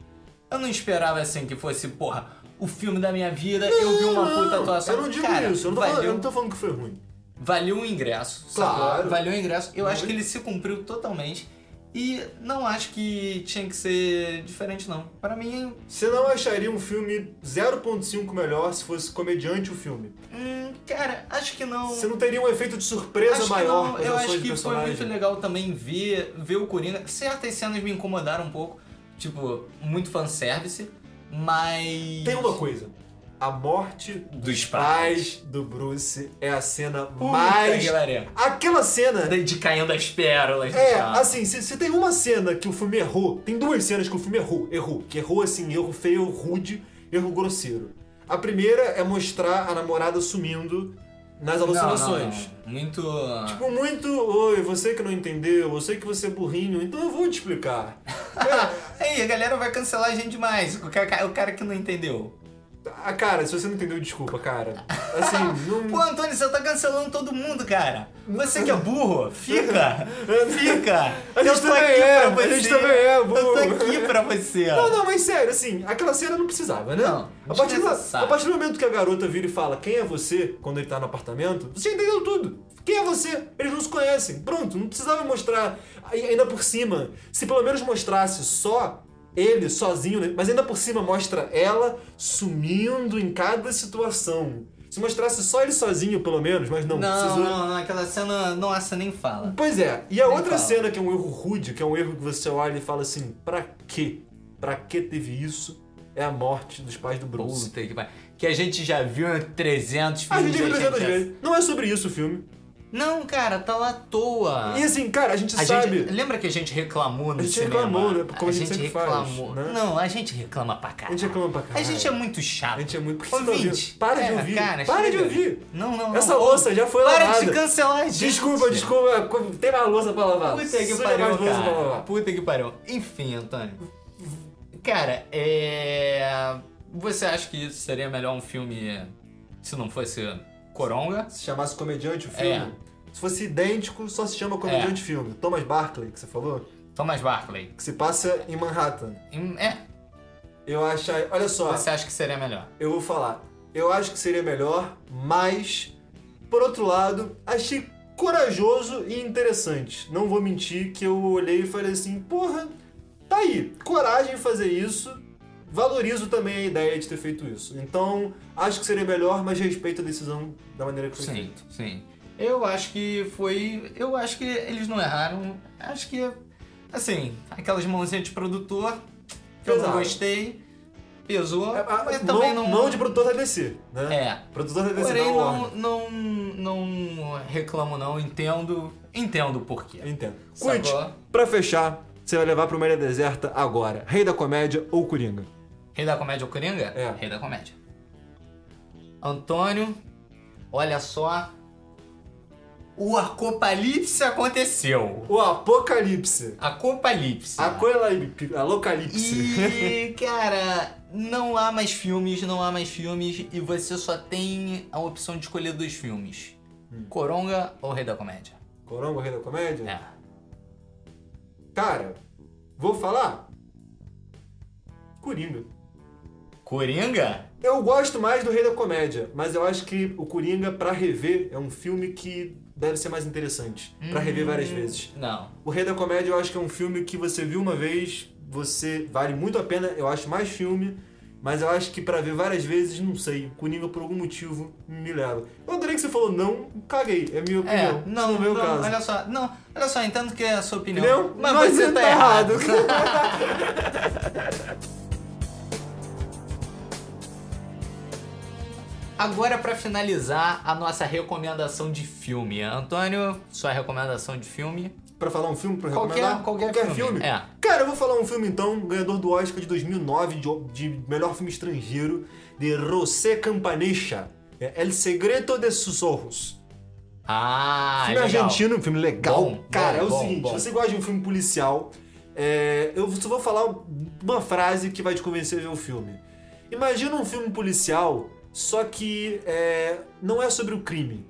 Eu não esperava assim que fosse, porra, o filme da minha vida, eu vi uma puta atuação.
Eu não digo
Cara,
isso, eu não, tô
valeu,
falando, eu não tô falando que foi ruim.
valeu o um ingresso.
Claro.
sacou? Valeu o ingresso. Eu acho
Muito.
que ele se cumpriu totalmente. E não acho que tinha que ser diferente, não. Pra mim,
Você não acharia um filme 0.5 melhor se fosse comediante o filme?
hum, cara, acho que não.
Você não teria um efeito de surpresa
Acho que
maior
não,
com as
Eu
ações
acho
do
que foi
personagem?
muito legal também ver, ver o Coringa. Certas cenas me incomodaram um pouco. Tipo, muito fanservice, mas.
Tem uma coisa. A morte
Dos
pais do Bruce é a cena
Puta
mais...
que pariu.
Aquela cena...
De- De caindo as pérolas.
É,
já.
assim, se, se tem uma cena que o filme errou, tem duas cenas que o filme errou, errou, que errou assim, erro feio, rude, erro grosseiro. A primeira é mostrar a namorada sumindo nas alucinações.
Não, não, não. Muito.
Tipo, muito, oi, você que não entendeu, eu sei que você é burrinho, então eu vou te explicar. Cara,
Aí, a galera vai cancelar a gente demais. O cara, o cara que não entendeu.
ah, cara, se você não entendeu, desculpa, cara. Assim, não.
Pô, Antônio, você tá cancelando todo mundo, cara. Você que é burro, fica. Fica.
A
Eu
gente
tô
também
aqui
é,
pra
a
você.
gente também é
Eu
burro.
tô aqui pra você. ó.
Não, não, mas sério, assim, aquela cena não precisava, né?
Não,
a partir, do,
desnecessário.
a partir do momento que a garota vira e fala quem é você, quando ele tá no apartamento, você entendeu tudo. Quem é você? Eles não se conhecem. Pronto, não precisava mostrar. Aí, Ainda por cima, se pelo menos mostrasse só ele sozinho, né? mas ainda por cima mostra ela sumindo em cada situação. Se mostrasse só ele sozinho, pelo menos, mas não,
Não,
precisou.
não, não, aquela cena, nossa, nem fala.
Pois é, e a
Nem
outra
fala.
cena que é um erro rude, que é um erro que você olha e fala assim, pra quê? Pra que teve isso? É a morte dos pais do Bruce.
Puta que pariu. Que a gente já viu em 300
A
filmes.
gente viu 300
já-
vezes. Não é sobre isso o filme.
Não, cara, tá lá à toa.
E assim, cara, a gente
A
sabe.
gente, é- lembra que a gente reclamou no
A gente
cinema?
reclamou, né? Como a gente sempre faz,
reclamou.
né?
Não, a gente reclama pra caralho.
A gente reclama pra
A
caralho.
gente é muito chato.
A gente é muito. Por que você tá
Ouvinte,
ouvindo? Para de
é,
ouvir.
cara,
para de
chega.
ouvir.
Não, não, não.
Essa louça já foi
Para
lavada.
de cancelar a gente.
Desculpa, desculpa. Tem mais louça pra lavar.
Puta que
Suja
pariu,
mais louça pra
cara.
lavar.
Puta que pariu. Enfim, Antônio. Cara, é... Você acha que isso seria melhor um filme se não fosse Coronga?
Se chamasse comediante o filme.
É.
Se fosse idêntico, só se chama comediante filme. Thomas Barclay, que você falou,
Thomas Barclay.
que se passa em Manhattan.
Hum, É,
Eu acho. Olha só,
você acha que seria melhor?
eu vou falar. Eu acho que seria melhor, mas, por outro lado, achei corajoso e interessante. Não vou mentir que eu olhei e falei assim, porra, tá aí, coragem em fazer isso. Valorizo também a ideia de ter feito isso. Então, acho que seria melhor, mas respeito a decisão da maneira que foi feita.
Sim, sim. Eu acho que foi. Eu acho que eles não erraram. Acho que. Assim, aquelas mãozinhas de produtor. Que eu não
Pesaram.
gostei. Pesou.
Ah,
mas
não,
também
não...
não.
de produtor da DC, né?
É.
Produtor da DC
Porém,
não,
não,
Warner.
não, não reclamo, não. Entendo. Entendo o porquê.
Entendo.
Sacou?
Quit, pra fechar, você vai levar pra uma ilha deserta agora. Rei da comédia ou Coringa?
Rei da comédia ou Coringa?
É.
Rei da comédia. Antônio, olha só. O apocalipse aconteceu.
O Apocalipse.
Apocalipse.
Aquelipse. Alocalipse.
E, cara, não há mais filmes, não há mais filmes, e você só tem a opção de escolher dois filmes:
Hum.
Coronga ou Rei da Comédia.
Coronga, Rei da Comédia?
É.
Cara, vou falar? Coringa.
Coringa?
Eu gosto mais do Rei da Comédia, mas eu acho que o Coringa, pra rever, é um filme que deve ser mais interessante. Pra rever várias vezes.
Não.
O Rei da Comédia eu acho que é um filme que você viu uma vez, você vale muito a pena, eu acho mais filme, mas eu acho que pra ver várias vezes, não sei, Coringa por algum motivo me leva. Eu adorei que você falou não, caguei, é minha opinião.
É,
Isso
não,
é o meu
não,
caso.
olha só, não, olha só, entendo que é a sua opinião.
Entendeu?
Mas,
Mas
você
ele
tá
tá
errado. Agora, pra finalizar, a nossa recomendação de filme. Antônio, sua recomendação de filme?
Pra falar um filme, pra
Qualquer-
recomendar?
qualquer filme. É.
Cara, eu vou falar um filme então, ganhador do Oscar de 2009 de, de melhor filme estrangeiro, de José Campanella. É El Segredo de Sus Ojos.
Ah,
filme
é legal.
argentino, um filme legal.
Bom,
cara,
bom,
é o
bom,
seguinte,
bom.
você gosta de um filme policial, é, eu só vou falar uma frase que vai te convencer a ver o filme. Imagina um filme policial, só que é, não é sobre o crime.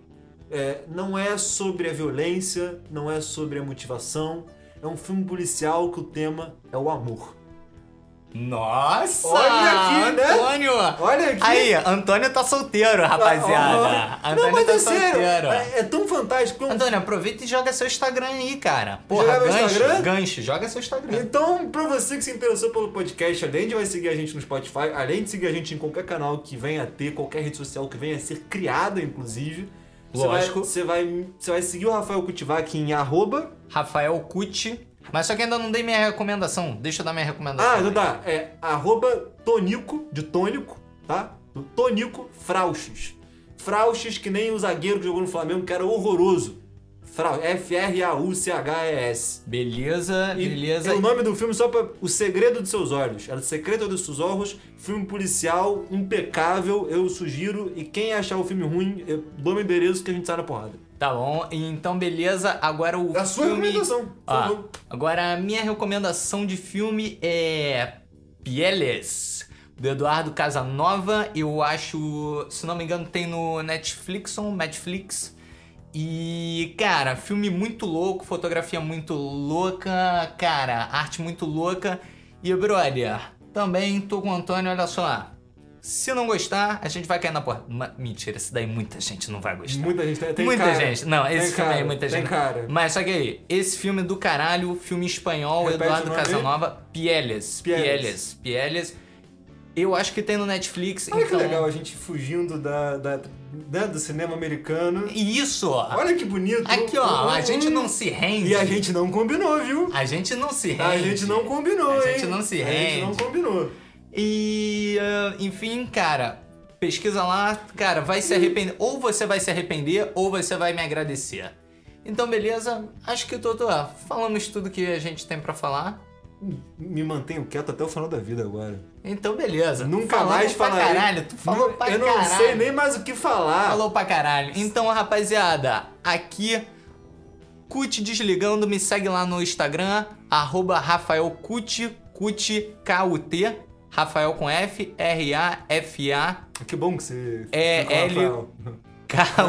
É, não é sobre a violência, não é sobre a motivação. É um filme policial que o tema é o amor.
Nossa!
Olha aqui, né?
Antônio!
Olha aqui!
Aí, Antônio tá solteiro, rapaziada.
Ah, ah, não,
Antônio
mas
tá
é sério!
solteiro.
É, é tão fantástico. é um
Antônio, aproveita e joga seu Instagram aí, cara. Porra,
Jogar é meu
gancho,
Instagram?
gancho, joga seu Instagram.
Então, pra você que se interessou pelo podcast, além de vai seguir a gente no Spotify, além de seguir a gente em qualquer canal que venha a ter, qualquer rede social que venha a ser criada, inclusive. você vai-
Lógico.
Você vai, você vai, seguir o Rafael Kutivac em arroba.
Rafael Cucci. Mas só que ainda não dei minha recomendação. Deixa eu dar minha recomendação.
Ah, então tá. É arroba Tonico, de Tônico, tá? Do Tonico Frauches. Frauches que nem o zagueiro que jogou no Flamengo, que era horroroso. Frau, F-R-A-U-C-H-E-S.
Beleza,
E
beleza.
é o nome do filme só pra. O Segredo de Seus Olhos. Era O Segredo dos Seus Olhos. Filme policial impecável, eu sugiro. E quem achar o filme ruim, eu dou meu endereço que a gente sai na porrada. É
Tá bom, então beleza. Agora o
A sua
filme...
recomendação. por
Ah,
favor.
agora a minha recomendação de filme é Pieles, do Eduardo Casanova. Eu acho, se não me engano, tem no Netflix ou Netflix. E, cara, filme muito louco, fotografia muito louca, cara, arte muito louca. E, brother, também tô com o Antônio, olha só. Se não gostar, a gente vai cair na porta. Ma- Mentira, esse daí muita gente não vai gostar.
Muita gente tem, tem
muita
cara.
gente. Não, esse
Tem
filme aí
cara,
muita
tem
gente.
cara.
Mas só que aí, esse filme é do caralho, filme espanhol,
Repete o
Eduardo
nome aí.
Casanova, Pieles,
Pieles.
Pieles, Pieles. Eu acho que tem no Netflix,
Olha que
então.
legal, a gente fugindo da, da, né, do cinema americano.
E isso, ó.
Olha que bonito.
Ah. Aqui, ó, a gente não se rende.
E a gente não combinou, viu?
A gente não se rende.
A gente não combinou,
A
hein?
gente não se
A gente não
rende.
combinou.
E, ah, enfim, cara, pesquisa lá, cara, vai se arrepender. Ou você vai se arrepender, ou você vai me agradecer. Então, beleza? Acho que tô, tô falamos tudo que a gente tem pra falar.
Hum, Me mantenho quieto até o final da vida agora.
Então, beleza.
Nunca
Falamos
mais
pra
falarei.
caralho. Tu falou
Não-
pra
Eu
caralho.
não sei nem mais o que falar.
Falou pra caralho. Então, rapaziada, aqui, Cut Desligando, me segue lá no Instagram, arroba Rafael Cut, Cut, K-U-T, Rafael com F, R-A-F-A,
Que bom que você...
É,
ficou,
L-
Rafael.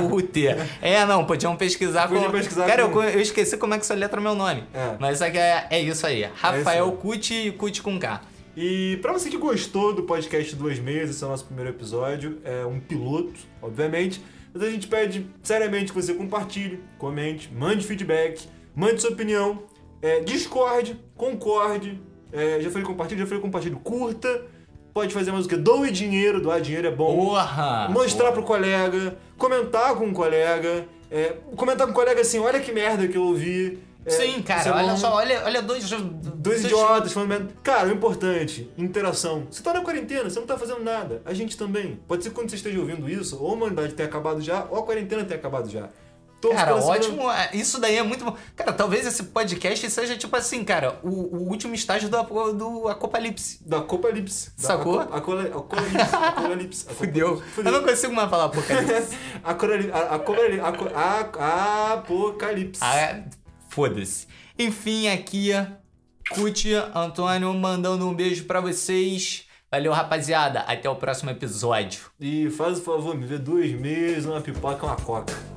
K-U-T. É, não, podiam pesquisar.
Podia
como-
pesquisar
Cara,
como-
eu, eu esqueci como é que soletra meu nome.
É.
Mas é, que é, é isso aí. Rafael
aí.
Cut e Cut com K.
E pra você que gostou do podcast Duas Meias, esse é o nosso primeiro episódio, é um piloto, obviamente, mas a gente pede seriamente que você compartilhe, comente, mande feedback, mande sua opinião, é, discorde, concorde, é, já falei compartilhe, já falei compartilhe, curta, pode fazer mais o que? Doe dinheiro, doar dinheiro é bom.
Porra!
Mostrar pro colega, comentar com o colega, é, comentar com o colega assim, olha que merda que eu ouvi. é,
Sim,
isso é
cara, olha
bom.
só, olha, olha dois.
Dois idiotas falando merda. Cara, o importante, interação. Você tá na quarentena, você não tá fazendo nada. A gente também. Pode ser que quando você esteja ouvindo isso, ou a humanidade tenha acabado já, ou a quarentena tenha acabado já. Torço
Cara,
pela semana-
ótimo. Isso daí é muito bom. Cara, talvez esse podcast seja tipo assim, cara, o, o último estágio do, apo- do Acopalipse.
Da Copalipse. Da
Sacou?
Aco- Acola- Acolipse. Acolipse.
Fudeu. Eu não consigo mais falar Apocalipse.
Acolipse. Acolipse. Aco- a- Apocalipse.
ah, Foda-se. Enfim, aqui, Cuti, Antônio, mandando um beijo pra vocês. Valeu, rapaziada. Até o próximo episódio.
E faz o favor, me vê dois meses, uma pipoca e uma coca.